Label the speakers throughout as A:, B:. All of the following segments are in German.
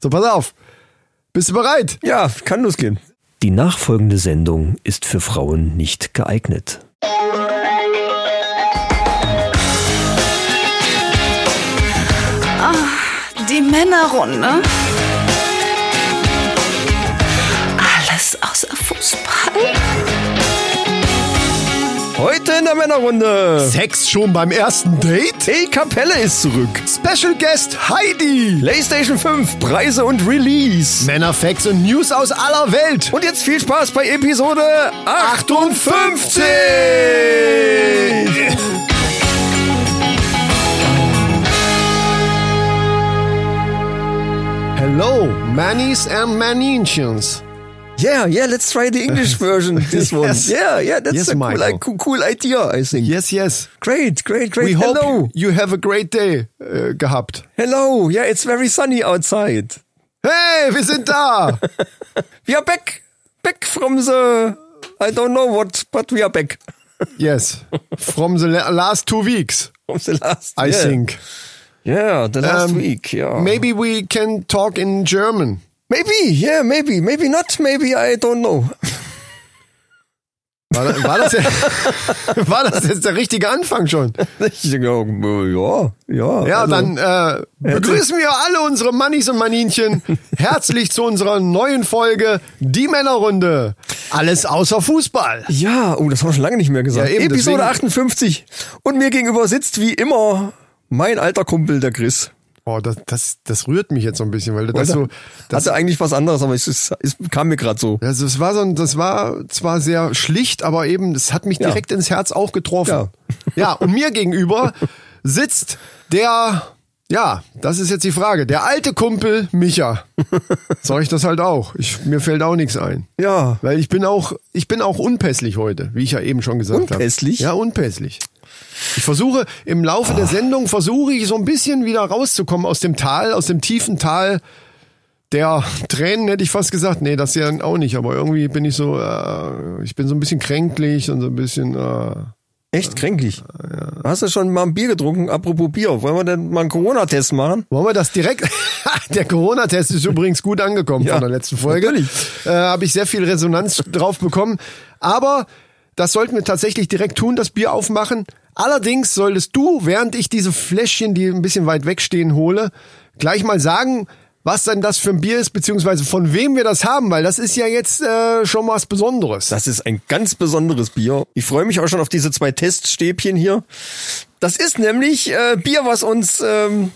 A: So, pass auf. Bist du bereit?
B: Ja, kann losgehen.
C: Die nachfolgende Sendung ist für Frauen nicht geeignet.
D: Die Männerrunde. Alles außer Fußball.
B: Heute in der Männerrunde.
A: Sex schon beim ersten Date?
B: Hey, Kapelle ist zurück.
A: Special Guest Heidi.
B: PlayStation 5, Preise und Release.
A: Männerfacts und News aus aller Welt.
B: Und jetzt viel Spaß bei Episode 58.
A: Hello, Mannies and Manninchens.
B: Yeah, yeah, let's try the English version this one.
A: Yes.
B: Yeah, yeah, that's
A: Yes,
B: a cool,
A: Michael.
B: i- cool, cool idea, I think.
A: Yes, yes.
B: Great, great, great.
A: We hope
B: Hello.
A: you have a great day äh, gehabt.
B: Hello. Yeah, it's very sunny outside.
A: Hey, wir sind da.
B: We are back. Back from the I don't know what, but we are back
A: yes. From the la- last two weeks,
B: from the last
A: I
B: yeah. Oh.
A: think.
B: Yeah, the last
A: Um,
B: week, yeah.
A: Maybe we can talk in German.
B: Maybe, yeah, maybe, maybe not, maybe I don't know.
A: War, da- war, das, war das jetzt der richtige Anfang schon?
B: Ich denke, ja, ja.
A: Ja,
B: also,
A: dann äh, begrüßen wir alle unsere Mannis und Maninchen herzlich zu unserer neuen Folge Die Männerrunde. Alles außer Fußball.
B: Ja, oh, das haben wir schon lange nicht mehr gesagt.
A: Ja, eben,
B: Episode
A: deswegen-
B: 58. Und mir gegenüber sitzt wie immer mein alter Kumpel, der Chris.
A: Oh, das, das, das rührt mich jetzt so ein bisschen, weil Also, das so,
B: Hatte- hatte eigentlich was anderes, aber es, ist, es kam mir gerade so.
A: also es war so, ein, das war zwar sehr schlicht, aber eben, es hat mich
B: Ja.
A: direkt ins Herz auch getroffen.
B: Ja.
A: Ja. und mir gegenüber sitzt der, ja, das ist jetzt die Frage, der alte Kumpel Micha. Soll ich das halt auch? Ich, mir fällt auch nichts ein.
B: Ja.
A: Weil ich bin auch, ich bin auch unpässlich heute, wie ich ja eben schon gesagt habe.
B: Unpässlich?
A: Ja, unpässlich. Ich versuche im Laufe der Sendung versuche ich so ein bisschen wieder rauszukommen aus dem Tal, aus dem tiefen Tal der Tränen hätte ich fast gesagt. Nee, das ja auch nicht, aber irgendwie bin ich so, äh, ich bin so ein bisschen kränklich und so ein bisschen, äh,
B: Echt kränklich. Hast du schon mal ein Bier getrunken? Apropos Bier, wollen wir denn mal einen Corona-Test machen?
A: Wollen wir das direkt? der Corona-Test ist übrigens gut angekommen
B: Ja,
A: von der letzten Folge.
B: natürlich.
A: Äh, Habe ich sehr viel Resonanz drauf bekommen. Aber das sollten wir tatsächlich direkt tun, das Bier aufmachen. Allerdings solltest du, während ich diese Fläschchen, die ein bisschen weit weg stehen, hole, gleich mal sagen, was denn das für ein Bier ist, beziehungsweise von wem wir das haben, weil das ist ja jetzt äh, schon was Besonderes.
B: Das ist ein ganz besonderes Bier. Ich freue mich auch schon auf diese zwei Teststäbchen hier. Das ist nämlich äh, Bier, was uns ähm,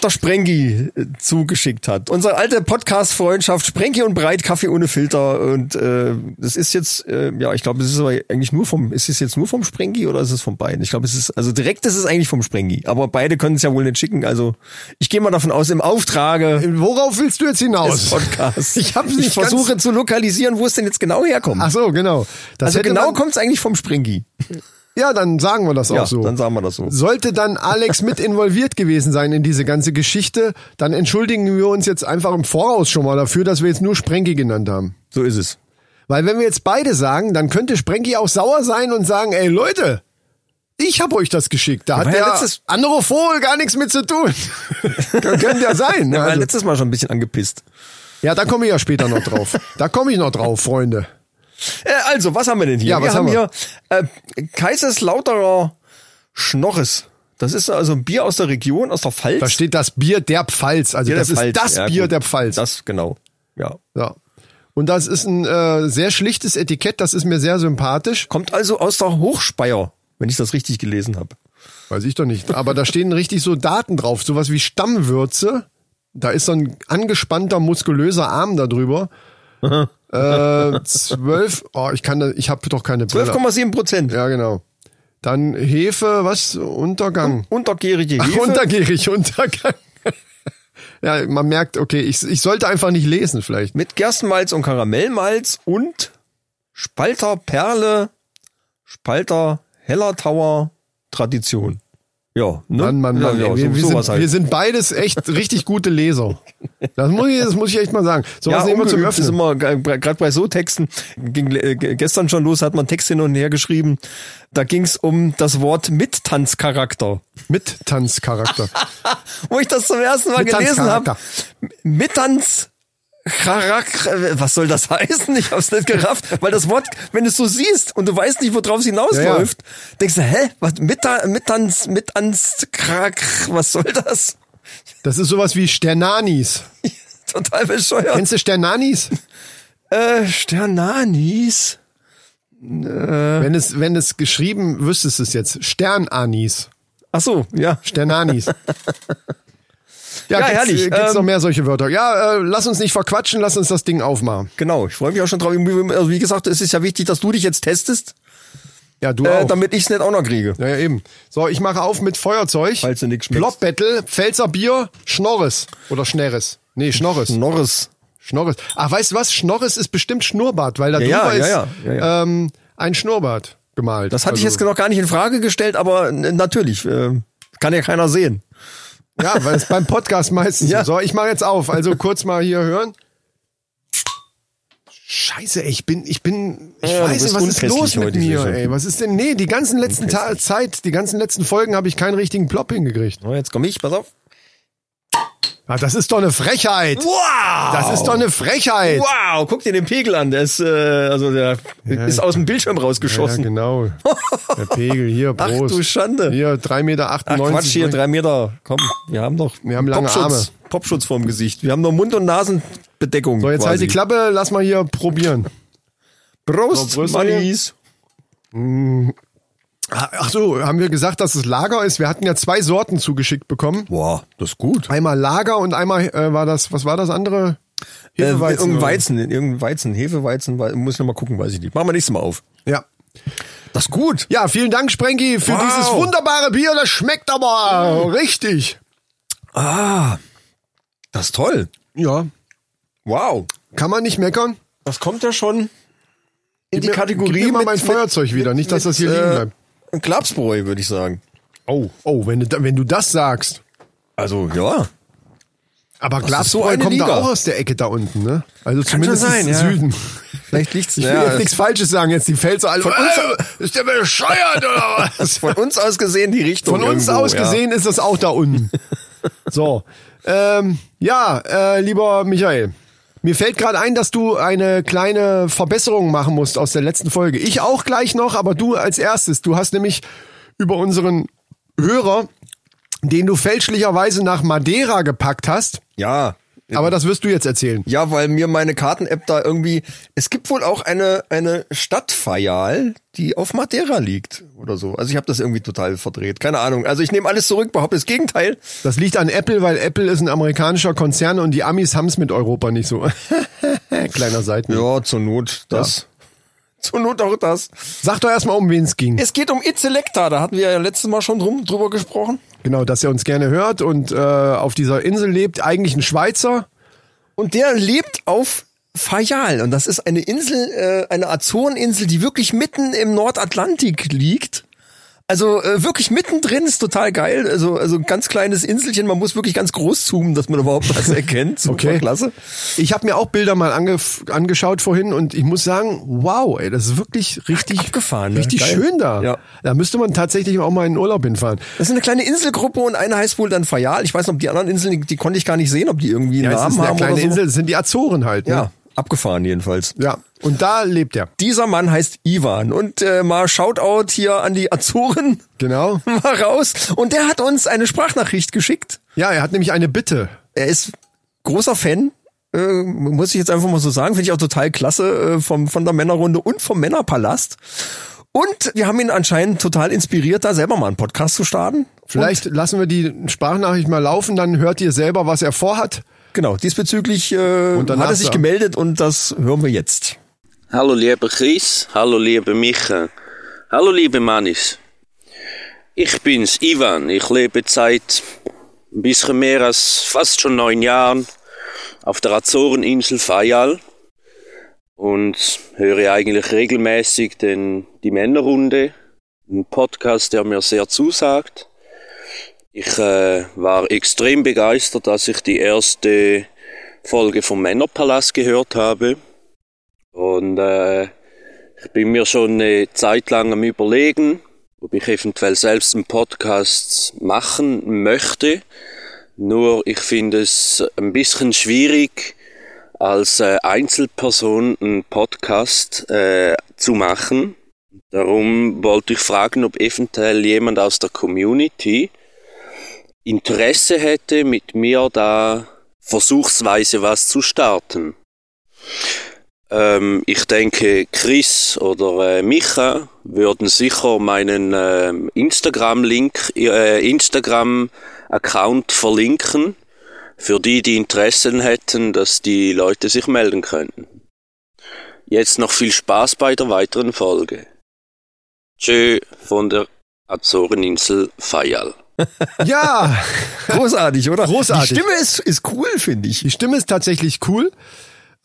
B: der Sprengi äh, zugeschickt hat. Unsere alte Podcast-Freundschaft Sprengi und Breit, Kaffee ohne Filter. Und äh, das ist jetzt, äh, ja, ich glaube, es ist aber eigentlich nur vom, ist es jetzt nur vom Sprengi oder ist es von beiden? Ich glaube, es ist, also direkt ist es eigentlich vom Sprengi. Aber beide können es ja wohl nicht schicken. Also ich gehe mal davon aus, im Auftrage
A: Worauf willst du jetzt
B: des
A: hinaus?
B: Podcasts.
A: Ich hab's nicht
B: ich versuche zu lokalisieren, wo es denn jetzt genau herkommt.
A: Ach so, genau. Das
B: Also
A: hätte
B: genau
A: man-
B: kommt es eigentlich vom Springi.
A: Ja, dann sagen wir das
B: Ja,
A: auch so.
B: dann sagen wir das so.
A: Sollte dann Alex mit involviert gewesen sein in diese ganze Geschichte, dann entschuldigen wir uns jetzt einfach im Voraus schon mal dafür, dass wir jetzt nur Sprenki genannt haben.
B: So ist es.
A: Weil wenn wir jetzt beide sagen, dann könnte Sprenki auch sauer sein und sagen, ey Leute, ich habe euch das geschickt. Da hat
B: war ja
A: der
B: letztes-
A: andere Vogel gar nichts mit zu tun. Könnte ja sein. Ne?
B: Wir waren
A: Also,
B: letztes Mal schon ein bisschen angepisst.
A: ja, da komme ich ja später noch drauf. Da komme ich noch drauf, Freunde.
B: Äh, also, was haben wir denn hier?
A: Ja,
B: wir
A: was haben wir?
B: hier äh, Kaiserslauterer Schnorres. Das ist also ein Bier aus der Region, aus der Pfalz.
A: Da steht das Bier der Pfalz. Also
B: Bier
A: das
B: der
A: ist
B: Pfalz.
A: das
B: Ja,
A: Bier
B: gut.
A: der Pfalz.
B: Das, genau. Ja.
A: Ja. Und das ist ein äh, sehr schlichtes Etikett, das ist mir sehr sympathisch.
B: Kommt also aus der Hochspeier, wenn ich das richtig gelesen habe.
A: Weiß ich doch nicht. Aber da stehen richtig so Daten drauf, sowas wie Stammwürze. Da ist so ein angespannter, muskulöser Arm da drüber. äh, 12, oh, ich kann da, ich habe doch keine Brille.
B: 12,7 Prozent.
A: Ja, genau. Dann Hefe, was? Untergang.
B: Untergärige
A: Ach,
B: Hm. Hefe.
A: untergierig, Untergang. ja, man merkt, okay, ich, ich sollte einfach nicht lesen vielleicht.
B: mit Gerstenmalz und Karamellmalz und Spalter Perle, Spalter Hellertauer Tradition. Ja, ne?
A: Mann, Mann, Mann.
B: Ja, ja,
A: ey, wir,
B: so,
A: wir,
B: sowas
A: sind, wir
B: halt.
A: sind beides echt richtig gute Leser. Das muss ich, das muss ich echt mal sagen. So
B: Ja,
A: was nehmen wir zum
B: ungeübt ist
A: Öffnen.
B: immer, gerade bei so Texten, ging äh, gestern schon los, hat man Text hin und her geschrieben, da ging es um das Wort Mittanzcharakter.
A: Mit Tanzcharakter.
B: Wo ich das zum ersten Mal gelesen
A: Mittanzcharakter.
B: habe, Mitterns Charak- äh, was soll das heißen? Ich hab's nicht gerafft, weil das Wort, wenn du es so siehst und du weißt nicht, worauf es hinausläuft, denkst du, hä, was, Mitter, Mitterns, Mitterns, Charak, was soll das?
A: Das ist sowas wie Sternanis.
B: Total bescheuert.
A: Kennst du Sternanis?
B: Äh, Sternanis. Äh.
A: Wenn es, wenn es geschrieben, wüsstest du es jetzt. Sternanis.
B: Ach so, ja.
A: Sternanis. Ja,
B: Ja,
A: gibt's,
B: herrlich.
A: äh, Gibt's noch
B: Ähm,
A: mehr solche Wörter? Ja, äh, lass uns nicht verquatschen, lass uns das Ding aufmachen.
B: Genau, ich freue mich auch schon drauf. Also wie gesagt, es ist ja wichtig, dass du dich jetzt testest,
A: Ja, du
B: äh,
A: auch.
B: damit ich es nicht auch noch kriege.
A: Ja, ja, eben. So, ich mache auf mit Feuerzeug.
B: Falls du nix schmeckst.
A: Plop Battle, Pfälzer Bier, Schnorres. Oder Schnerres. Nee, Schnorres.
B: Norris.
A: Schnorres. Ah, weißt du was? Schnorres ist bestimmt Schnurrbart, weil da
B: Ja,
A: drüber
B: ja,
A: ist
B: ja, ja,
A: Ähm, ein Schnurrbart gemalt.
B: Das hatte ich jetzt
A: Also-
B: noch gar nicht in Frage gestellt, aber n- natürlich, äh, kann ja keiner sehen.
A: Ja, weil es beim Podcast meistens
B: Ja.
A: so. So, ich mache jetzt auf. Also kurz mal hier hören. Scheiße, ey, ich bin, ich bin, ich
B: Ja, du
A: weiß nicht,
B: bist
A: was ist
B: unpässlich
A: los mit
B: heute,
A: mir,
B: Süße.
A: ey? Was ist denn? Nee, die ganzen letzten Ta Zeit, die ganzen letzten Folgen habe ich keinen richtigen Plop hingekriegt.
B: So, jetzt komme ich, pass auf.
A: Ah, das ist doch eine Frechheit.
B: Wow!
A: Das ist doch eine Frechheit.
B: Wow, guck dir den Pegel an, der ist, äh, also der ist aus dem Bildschirm
A: Ja,
B: rausgeschossen.
A: genau. Der Pegel hier,
B: Ach,
A: Prost.
B: du Schande.
A: Hier, 3,98 Meter.
B: Ach Quatsch, hier drei Meter. Komm, wir haben doch
A: Wir haben lange
B: Popschutz, Popschutz vorm Gesicht. Wir haben noch Mund- und Nasenbedeckung.
A: so, jetzt halt die
B: quasi.
A: Klappe, lass mal hier probieren.
B: Prost,
A: So, Prost,
B: Mannis.
A: Ah, Ach so, haben wir gesagt, dass es Lager ist? Wir hatten ja zwei Sorten zugeschickt bekommen.
B: Boah, das ist gut.
A: Einmal Lager und einmal äh, war das, was war das andere?
B: Äh,
A: Hefeweizen,
B: irgendein
A: oder?
B: Weizen, irgendein Weizen, Hefeweizen, Wei- muss ich noch mal gucken, weiß ich nicht. Machen wir nächstes Mal auf.
A: Ja.
B: Das ist gut.
A: Ja, vielen Dank, Sprenki, für
B: Wow.
A: dieses wunderbare Bier. Das schmeckt aber richtig.
B: Ah, das ist toll.
A: Ja.
B: Wow.
A: Kann man nicht meckern?
B: Das kommt ja schon in die
A: Gib mir-
B: Kategorie
A: Gib mir mal
B: mit-
A: mein
B: mit- äh,
A: Feuerzeug wieder, nicht, dass das hier liegen bleibt.
B: Ein Klapsbräu, würde ich sagen.
A: Oh, oh, wenn du, da- wenn du das sagst.
B: Also, ja.
A: Aber
B: ist so
A: Glasbräu
B: eine
A: kommt
B: Liga.
A: da auch aus der Ecke da unten, ne? Also zumindest
B: schon sein,
A: im
B: ja.
A: Süden.
B: Vielleicht liegt's
A: Ich will jetzt nichts Falsches sagen, jetzt die Pfälzer alle. Von uns, ist der bescheuert oder was?
B: Also Von uns aus gesehen die Richtung.
A: Von uns
B: irgendwo,
A: aus
B: ja.
A: gesehen ist das auch da unten. So. Ähm, ja, äh, lieber Michael. Mir fällt gerade ein, dass du eine kleine Verbesserung machen musst aus der letzten Folge. Ich auch gleich noch, aber du als erstes. Du hast nämlich über unseren Hörer, den du fälschlicherweise nach Madeira gepackt hast,
B: Ja.
A: aber das wirst du jetzt erzählen.
B: Ja, weil mir meine Karten-App da irgendwie. Es gibt wohl auch eine, eine Stadt Fayal, die auf Madeira liegt oder so. Also ich habe das irgendwie total verdreht. Keine Ahnung. Also ich nehme alles zurück, behaupte das Gegenteil.
A: Das liegt an Apple, weil Apple ist ein amerikanischer Konzern und die Amis haben's mit Europa nicht so. Kleiner Seiten.
B: Ja, zur Not das. Zur Not auch das.
A: Sag doch erstmal, um wen es ging.
B: Es geht um Itzelecta, da hatten wir ja letztes Mal schon drum, drüber gesprochen.
A: Genau, dass er uns gerne hört und äh, auf dieser Insel lebt. Eigentlich ein Schweizer.
B: Und der lebt auf Fayal. Und das ist eine Insel, äh, eine Azoreninsel, die wirklich mitten im Nordatlantik liegt. Also äh, wirklich mittendrin ist total geil. Also, also ein ganz kleines Inselchen. Man muss wirklich ganz groß zoomen, dass man überhaupt was erkennt. Super
A: Okay.
B: klasse.
A: Ich habe mir auch Bilder mal angef- angeschaut vorhin und ich muss sagen, wow, ey, das ist wirklich richtig
B: Abgefahren, ne?
A: richtig
B: Geil.
A: schön da.
B: Ja.
A: Da müsste man tatsächlich auch mal in den Urlaub hinfahren.
B: Das ist eine kleine Inselgruppe und eine heißt wohl dann Fayal. Ich weiß nicht, ob die anderen Inseln, die, die konnte ich gar nicht sehen, ob die irgendwie
A: Ja,
B: einen
A: es
B: Namen
A: ist eine
B: haben
A: kleine
B: oder so.
A: Insel, das sind die Azoren halt. Ne?
B: Ja, abgefahren jedenfalls.
A: Ja. Und da lebt er.
B: Dieser Mann heißt Ivan und äh, mal Shoutout hier an die Azoren.
A: Genau.
B: Mal raus. Und der hat uns eine Sprachnachricht geschickt.
A: Ja, er hat nämlich eine Bitte.
B: Er ist großer Fan, äh, muss ich jetzt einfach mal so sagen. Finde ich auch total klasse äh, vom, von der Männerrunde und vom Männerpalast. Und wir haben ihn anscheinend total inspiriert, da selber mal einen Podcast zu starten.
A: Vielleicht lassen wir die Sprachnachricht mal laufen, dann hört ihr selber, was er vorhat.
B: Genau, diesbezüglich äh,
A: Und danach
B: hat er sich
A: da.
B: gemeldet und das hören wir jetzt.
E: Hallo lieber Chris, hallo lieber Micha, hallo liebe Mannis. Ich bin's, Ivan. Ich lebe seit ein bisschen mehr als fast schon neun Jahren auf der Azoreninsel Fayal und höre eigentlich regelmäßig den, die Männerrunde, einen Podcast, der mir sehr zusagt. Ich äh, war extrem begeistert, als ich die erste Folge vom Männerpalast gehört habe. Und äh, ich bin mir schon eine Zeit lang am Überlegen, ob ich eventuell selbst einen Podcast machen möchte. Nur ich finde es ein bisschen schwierig, als äh, Einzelperson einen Podcast äh, zu machen. Darum wollte ich fragen, ob eventuell jemand aus der Community Interesse hätte, mit mir da versuchsweise was zu starten. Ähm, ich denke, Chris oder äh, Micha würden sicher meinen ähm, Instagram-Link, äh, Instagram-Account verlinken, für die, die Interessen hätten, dass die Leute sich melden könnten. Jetzt noch viel Spaß bei der weiteren Folge. Tschö von der Azoreninsel Fayal.
A: Ja,
B: Großartig, oder?
A: Großartig.
B: Die Stimme ist, ist cool, finde ich.
A: die Stimme ist tatsächlich cool.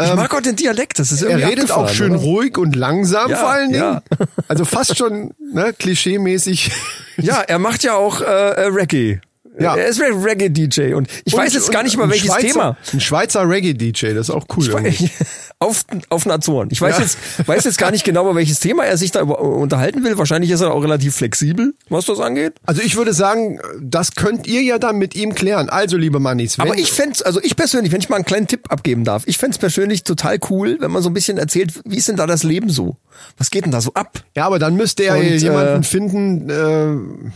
B: ich mag auch den Dialekt, das ist
A: Ähm, Er
B: irgendwie
A: redet auch
B: abgefahren,
A: schön
B: oder?
A: ruhig und langsam
B: Ja,
A: vor allen Dingen.
B: ja.
A: Also fast schon ne, klischeemäßig.
B: Ja, er macht ja auch äh, äh, Reggae.
A: Ja.
B: Er ist Reggae-DJ und ich weiß jetzt gar nicht mal
A: ein
B: welches
A: Schweizer,
B: Thema.
A: Ein Schweizer Reggae-DJ, das ist auch cool.
B: Ich
A: irgendwie.
B: weiß- Auf, auf den Azoren. Ich weiß,
A: Ja.
B: jetzt, weiß jetzt gar nicht genau, über welches Thema er sich da über, äh, unterhalten will. Wahrscheinlich ist er auch relativ flexibel, was das angeht.
A: Also ich würde sagen, das könnt ihr ja dann mit ihm klären. Also, liebe Mannis, wenn
B: Aber ich fänd's, also ich persönlich, wenn ich mal einen kleinen Tipp abgeben darf, ich fänd's persönlich total cool, wenn man so ein bisschen erzählt, wie ist denn da das Leben so? Was geht denn da so ab?
A: Ja, aber dann müsste er
B: Und,
A: ja jemanden
B: äh,
A: finden, äh,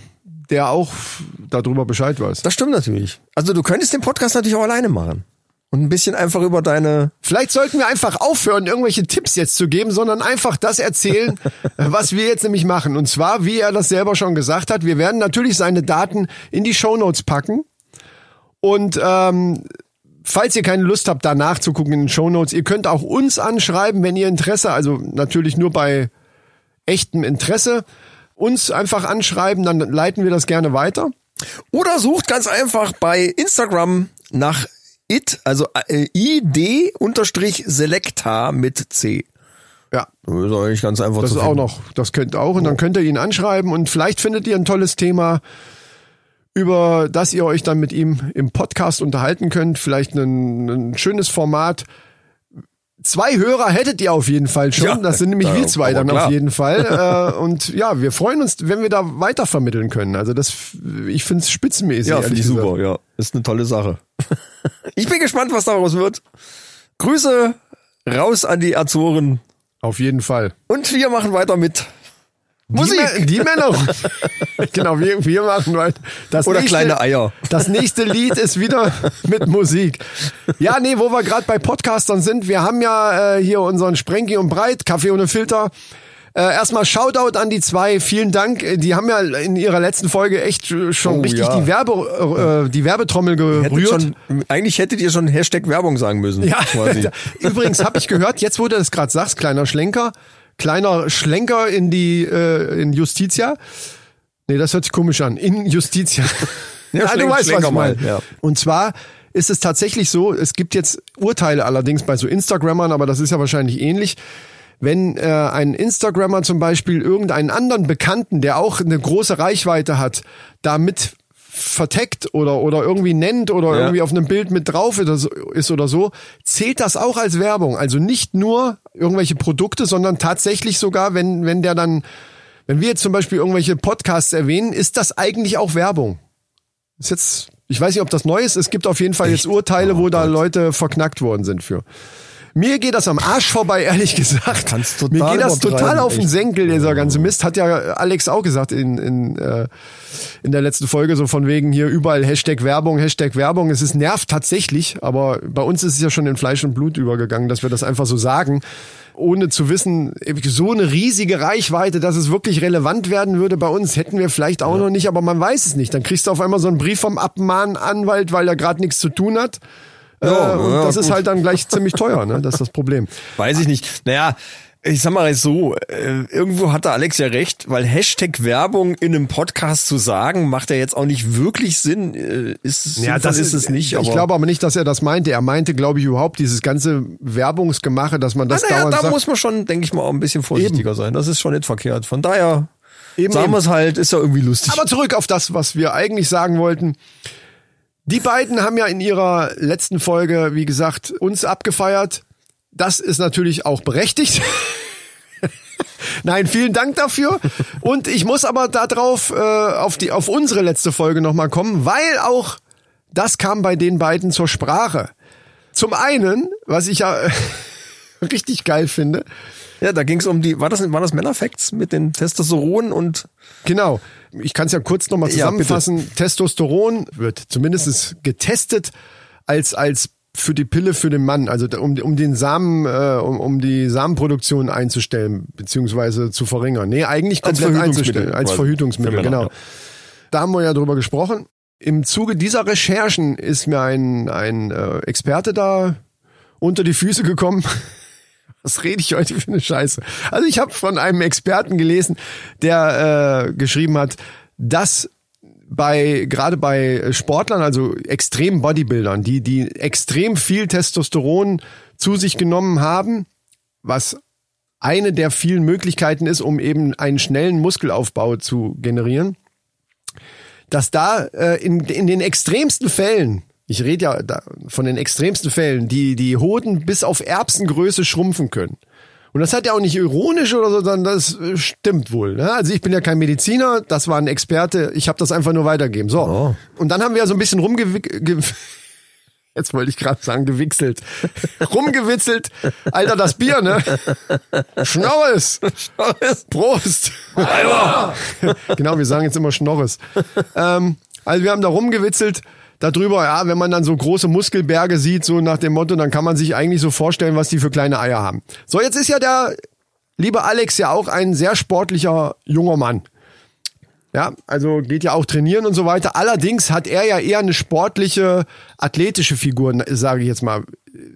A: der auch darüber Bescheid weiß.
B: Das stimmt natürlich. Also du könntest den Podcast natürlich auch alleine machen. Und ein bisschen einfach über deine.
A: Vielleicht sollten wir einfach aufhören, irgendwelche Tipps jetzt zu geben, sondern einfach das erzählen, was wir jetzt nämlich machen. Und zwar, wie er das selber schon gesagt hat, wir werden natürlich seine Daten in die Shownotes packen. Und ähm, falls ihr keine Lust habt, da nachzugucken in den Shownotes, ihr könnt auch uns anschreiben, wenn ihr Interesse, also natürlich nur bei echtem Interesse, uns einfach anschreiben, dann leiten wir das gerne weiter.
B: Oder sucht ganz einfach bei Instagram nach it, also äh, id unterstrich selecta mit C.
A: Ja,
B: Das ist eigentlich ganz einfach
A: Das
B: zu
A: ist auch
B: finden.
A: noch, das könnt ihr auch. Und
B: Oh.
A: dann könnt ihr ihn anschreiben und vielleicht findet ihr ein tolles Thema, über das ihr euch dann mit ihm im Podcast unterhalten könnt. Vielleicht ein, ein schönes Format. Zwei Hörer hättet ihr auf jeden Fall schon.
B: Ja,
A: das sind nämlich
B: da-
A: wir zwei
B: aber
A: dann auf
B: klar.
A: jeden Fall. Äh, und ja, wir freuen uns, wenn wir da weitervermitteln können. Also das, f- ich finde es spitzenmäßig.
B: Ja,
A: ehrlich
B: finde ich
A: gesagt.
B: super, ja. Ist eine tolle Sache. ich bin gespannt, was daraus wird. Grüße raus an die Azoren.
A: Auf jeden Fall.
B: Und wir machen weiter mit Musik.
A: Die, Mä- die Männer. genau, wir, wir machen weiter. Das
B: Oder kleine Eier.
A: Das nächste Lied ist wieder mit Musik. Ja, nee, wo wir gerade bei Podcastern sind, wir haben ja äh, hier unseren Sprengi und Breit, Kaffee ohne Filter. Äh, erstmal Shoutout an die zwei, vielen Dank. Äh, Die haben ja in ihrer letzten Folge echt äh, schon
B: Oh,
A: richtig
B: ja.
A: die, Werbe, äh, die Werbetrommel gerührt.
B: Hättet schon, eigentlich hättet ihr schon Hashtag Werbung sagen müssen.
A: Ja,
B: quasi.
A: übrigens habe ich gehört, jetzt wo du das gerade sagst, kleiner Schlenker, kleiner Schlenker in die äh, in Justitia. Nee, das hört sich komisch an. In Justitia.
B: Ja,
A: Ah,
B: Schlenk- Schlenker mal, ja.
A: Und zwar ist es tatsächlich so, es gibt jetzt Urteile allerdings bei so Instagrammern, aber das ist ja wahrscheinlich ähnlich. Wenn äh, ein Instagrammer zum Beispiel irgendeinen anderen Bekannten, der auch eine große Reichweite hat, damit verteckt oder, oder irgendwie nennt oder
B: Ja.
A: irgendwie auf einem Bild mit drauf oder so- ist oder so, zählt das auch als Werbung. Also nicht nur irgendwelche Produkte, sondern tatsächlich sogar, wenn, wenn der dann, wenn wir jetzt zum Beispiel irgendwelche Podcasts erwähnen, ist das eigentlich auch Werbung. Ist jetzt, ich weiß nicht, ob das neu ist. Es gibt auf jeden Fall jetzt Urteile, wo
B: Oh
A: da Leute verknackt worden sind für. Mir geht das am Arsch vorbei, ehrlich gesagt.
B: Kannst total
A: Mir geht das total
B: übertreiben,
A: auf den
B: echt.
A: Senkel, dieser ganze Mist. Hat ja Alex auch gesagt in, in, äh, in der letzten Folge, so von wegen hier überall Hashtag Werbung, Hashtag Werbung. Es ist nervt tatsächlich, aber bei uns ist es ja schon in Fleisch und Blut übergegangen, dass wir das einfach so sagen, ohne zu wissen, so eine riesige Reichweite, dass es wirklich relevant werden würde bei uns, hätten wir vielleicht auch noch nicht, aber man weiß es nicht. Dann kriegst du auf einmal so einen Brief vom Abmahnanwalt, weil er gerade nichts zu tun hat.
B: Ja,
A: äh, und
B: ja,
A: das ist
B: gut.
A: halt dann gleich ziemlich teuer, ne? Das ist das Problem.
B: Weiß ich nicht. Naja, ich sag mal jetzt so, äh, irgendwo hatte Alex ja recht, weil Hashtag Werbung in einem Podcast zu sagen, macht ja jetzt auch nicht wirklich Sinn. Äh, Ist es sinnvoll,
A: ich glaube aber nicht, dass er das meinte. Er meinte, glaube ich, überhaupt dieses ganze Werbungsgemache, dass man das
B: ah, naja,
A: dauernd
B: da
A: sagt.
B: muss man schon, denke ich mal, auch ein bisschen vorsichtiger sein. Das ist schon nicht verkehrt. Von daher,
A: Eben,
B: sagen
A: eben.
B: wir es halt, ist ja irgendwie lustig.
A: Aber zurück auf das, was wir eigentlich sagen wollten. Die beiden haben ja in ihrer letzten Folge, wie gesagt, uns abgefeiert. Das ist natürlich auch berechtigt. Nein, vielen Dank dafür. Und ich muss aber darauf äh, auf die auf unsere letzte Folge nochmal kommen, weil auch Das kam bei den beiden zur Sprache. Zum einen, was ich ja richtig geil finde,
B: Ja, da ging es um die, war das, waren das Männerfacts mit den Testosteron und
A: Genau. Ich kann es ja kurz nochmal
B: Ja, bitte.
A: zusammenfassen. Testosteron wird zumindest getestet als, als für die Pille für den Mann, also da- um, um den Samen, äh, um, um die Samenproduktion einzustellen, beziehungsweise zu verringern. Nee, eigentlich
B: Als
A: komplett
B: Verhütungsmittel
A: einzustellen, als
B: quasi.
A: Verhütungsmittel,
B: Für Männer,
A: genau.
B: ja.
A: Da haben wir ja drüber gesprochen. Im Zuge dieser Recherchen ist mir ein, ein äh, Experte da unter die Füße gekommen. Was rede ich heute für eine Scheiße? Also ich habe von einem Experten gelesen, der äh, geschrieben hat, dass bei gerade bei Sportlern, also extrem Bodybuildern, die die extrem viel Testosteron zu sich genommen haben, was eine der vielen Möglichkeiten ist, um eben einen schnellen Muskelaufbau zu generieren, dass da äh, in, in den extremsten Fällen, ich rede ja da von den extremsten Fällen, die die Hoden bis auf Erbsengröße schrumpfen können. Und das hat ja auch nicht ironisch oder so, sondern das äh, stimmt wohl. Ne? Also ich bin ja kein Mediziner, das war ein Experte, ich habe das einfach nur weitergegeben. So. Und dann haben wir ja so ein bisschen rumgewickelt. Jetzt wollte ich gerade sagen, gewichselt. Rumgewitzelt. Alter, das Bier, ne? Schnorres. Schnorres. Prost. genau, wir sagen jetzt immer Schnorres. Ähm, also wir haben da rumgewitzelt darüber, ja, wenn man dann so große Muskelberge sieht, so nach dem Motto, dann kann man sich eigentlich so vorstellen, was die für kleine Eier haben. So, jetzt ist ja der liebe Alex ja auch ein sehr sportlicher junger Mann. Ja, also geht ja auch trainieren und so weiter. Allerdings hat er ja eher eine sportliche, athletische Figur, na- sage ich jetzt mal.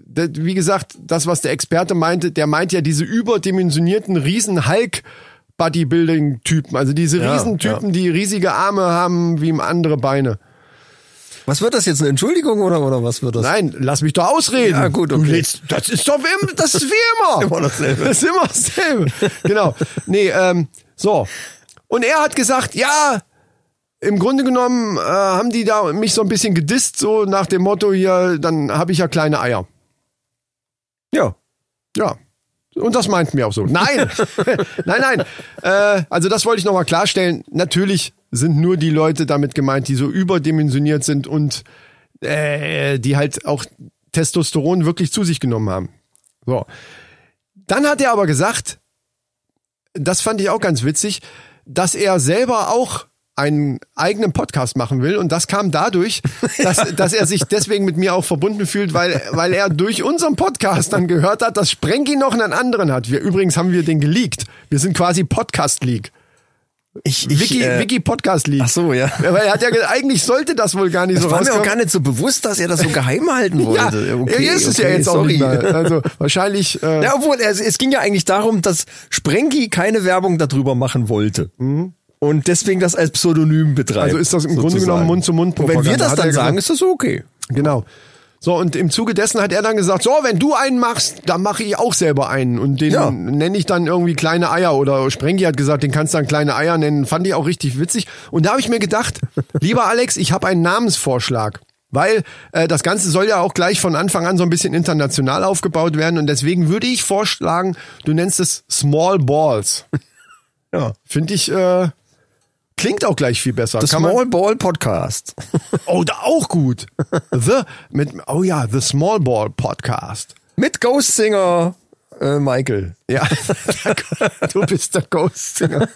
A: Das, wie gesagt, das, was der Experte meinte, der meint ja diese überdimensionierten riesen Hulk Bodybuilding-Typen, also diese
B: Ja,
A: Riesentypen, die riesige Arme haben wie andere Beine.
B: was wird das jetzt? Eine Entschuldigung oder, oder was wird das?
A: Nein, lass mich doch ausreden.
B: Ja, gut,
A: Du
B: okay.
A: lädst, das ist doch wie, im- das ist wie immer.
B: Immer dasselbe.
A: Das ist immer dasselbe. genau. Nee, ähm, so. Und er hat gesagt, ja, im Grunde genommen äh, haben die da mich so ein bisschen gedisst, so nach dem Motto hier, dann habe ich ja kleine Eier.
B: Ja.
A: Ja. Und das meinten wir auch so. Nein, nein, nein. Äh, also das wollte ich nochmal klarstellen. Natürlich sind nur die Leute damit gemeint, die so überdimensioniert sind und äh, die halt auch Testosteron wirklich zu sich genommen haben. So. Dann hat er aber gesagt, das fand ich auch ganz witzig, dass er selber auch einen eigenen Podcast machen will und das kam dadurch, dass, dass er sich deswegen mit mir auch verbunden fühlt, weil, weil er durch unseren Podcast dann gehört hat, dass Sprengi noch einen anderen hat. Wir übrigens haben wir den geleakt. Wir sind quasi Podcast League.
B: Ich, ich,
A: Wiki,
B: äh,
A: Wiki Podcast League.
B: Ach so, ja.
A: Weil er hat ja ge- eigentlich sollte das wohl gar nicht so
B: das war mir
A: rauskommen.
B: auch gar nicht so bewusst, dass er das so geheim halten
A: ja,
B: wollte.
A: er ist es ja
B: okay,
A: jetzt auch nicht mehr. Also wahrscheinlich äh,
B: Ja, obwohl, es, es ging ja eigentlich darum, dass Sprengi keine Werbung darüber machen wollte. Und deswegen das als Pseudonym betreibt.
A: Mhm. Also ist das im Grunde
B: sozusagen.
A: genommen Mund-zu-Mund-Propaganda,
B: Und Wenn wir das
A: hat er
B: dann sagen,
A: gesagt.
B: ist das okay.
A: Genau. So, und im Zuge dessen hat er dann gesagt, so, wenn du einen machst, dann mache ich auch selber einen. Und den
B: Ja.
A: nenne ich dann irgendwie kleine Eier. Oder Sprengi hat gesagt, den kannst du dann kleine Eier nennen. Fand ich auch richtig witzig. Und da habe ich mir gedacht, lieber Alex, ich habe einen Namensvorschlag. Weil äh, das Ganze soll ja auch gleich von Anfang an so ein bisschen international aufgebaut werden. Und deswegen würde ich vorschlagen, du nennst es Small Balls.
B: Ja.
A: Finde ich, äh, klingt auch gleich viel besser.
B: The
A: Kann man-
B: Small Ball Podcast.
A: Oh, da auch gut. The mit oh ja, The Small Ball Podcast.
B: Mit Ghost Singer äh, Michael.
A: Ja, du bist der Ghost Singer.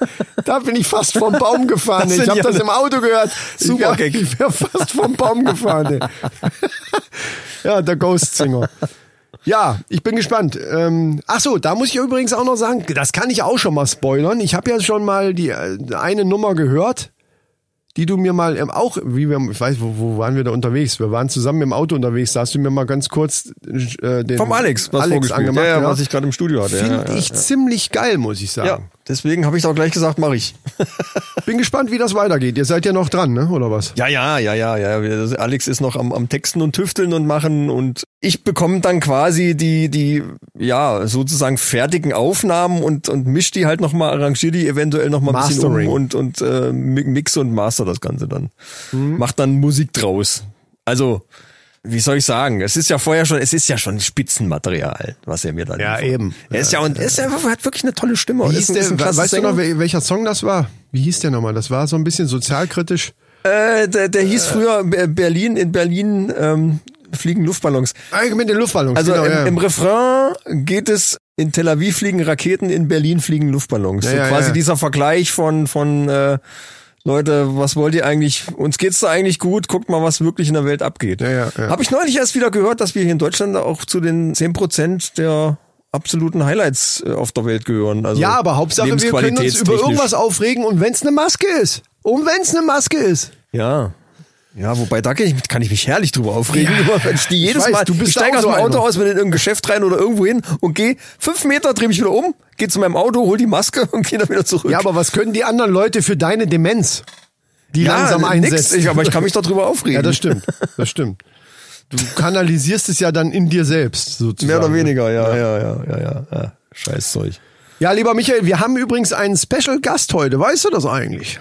A: Da bin ich fast vom Baum gefahren.
B: Das
A: ey. ich
B: sind
A: habe
B: ja
A: das
B: ne-
A: im Auto gehört.
B: Super
A: ich wär,
B: Gag.
A: Ich wäre fast vom Baum gefahren. Ey. Ja, der Ghost Singer. Ja, ich bin gespannt. Ähm, ach so, da muss ich übrigens auch noch sagen, das kann ich auch schon mal spoilern. Ich habe ja schon mal die äh, eine Nummer gehört, die du mir mal ähm, auch, wie wir, ich weiß, wo, wo waren wir da unterwegs? Wir waren zusammen im Auto unterwegs. Da hast du mir mal ganz kurz äh, den
B: Vom Alex, was
A: Alex
B: vorgespielt.
A: angemacht.
B: ja, ja, was ich gerade im Studio hatte.
A: Finde
B: Ja, ja,
A: ich ziemlich geil, muss ich
B: ja. ja,
A: sagen.
B: deswegen habe ich auch gleich gesagt, mache ich.
A: Bin gespannt, wie das weitergeht. Ihr seid ja noch dran, ne? Oder was?
B: Ja, ja, ja, ja, ja. Wir- das- Alex ist noch am, am Texten und Tüfteln und machen und ich bekomme dann quasi die, die, ja, sozusagen fertigen Aufnahmen und, und misch die halt nochmal, arrangiere die eventuell nochmal ein bisschen um
A: Mastering.
B: und, und äh, mi- mix und master das Ganze dann.
A: Mhm.
B: Mach dann Musik draus. Also, wie soll ich sagen? Es ist ja vorher schon, es ist ja schon Spitzenmaterial, was er mir dann.
A: Ja,
B: liefert.
A: eben.
B: Er ist ja und er ist ja, er hat wirklich eine tolle Stimme. und
A: Wie
B: ist
A: hieß
B: ein-
A: der,
B: ist ein klasse
A: weißt du
B: Sänger.
A: noch, wel- welcher Song das war? Wie hieß der nochmal? Das war so ein bisschen sozialkritisch.
B: Äh, der, der hieß früher Be- Berlin, in Berlin ähm, fliegen Luftballons.
A: Ah, mit den Luftballons.
B: Also
A: genau,
B: im,
A: ja.
B: im Refrain geht es in Tel Aviv fliegen Raketen, in Berlin fliegen Luftballons.
A: Ja,
B: so
A: ja,
B: quasi
A: ja.
B: dieser Vergleich von von äh, Leute, was wollt ihr eigentlich? Uns geht's da eigentlich gut. Guckt mal, was wirklich in der Welt abgeht.
A: Ja, ja, ja.
B: Habe ich neulich erst wieder gehört, dass wir hier in Deutschland auch zu den 10% der absoluten Highlights äh, auf der Welt gehören. Also
A: ja, aber Hauptsache, wir können uns über
B: lebensqualitätstechnisch.
A: irgendwas aufregen und wenn's eine Maske ist. Und wenn's eine Maske ist.
B: Ja. Ja, wobei da kann ich, kann ich mich herrlich drüber aufregen, wenn ich die jedes
A: weiß,
B: Mal,
A: du bist
B: ich steige
A: auch
B: aus
A: so
B: dem Auto
A: einer.
B: aus, bin in irgendein Geschäft rein oder irgendwo hin und gehe fünf Meter, drehe mich wieder um, gehe zu meinem Auto, hol die Maske und gehe dann wieder zurück.
A: Ja, aber was können die anderen Leute für deine Demenz, die
B: Ja,
A: langsam
B: nix.
A: einsetzt?
B: Ich, aber ich kann mich darüber aufregen.
A: ja, das stimmt. Das stimmt. Du kanalisierst es ja dann in dir selbst, sozusagen.
B: Mehr oder weniger, ja, ja, ja, ja, ja. ja. Scheißzeug.
A: Ja, lieber Michael, wir haben übrigens einen Special Gast heute. Weißt du das eigentlich?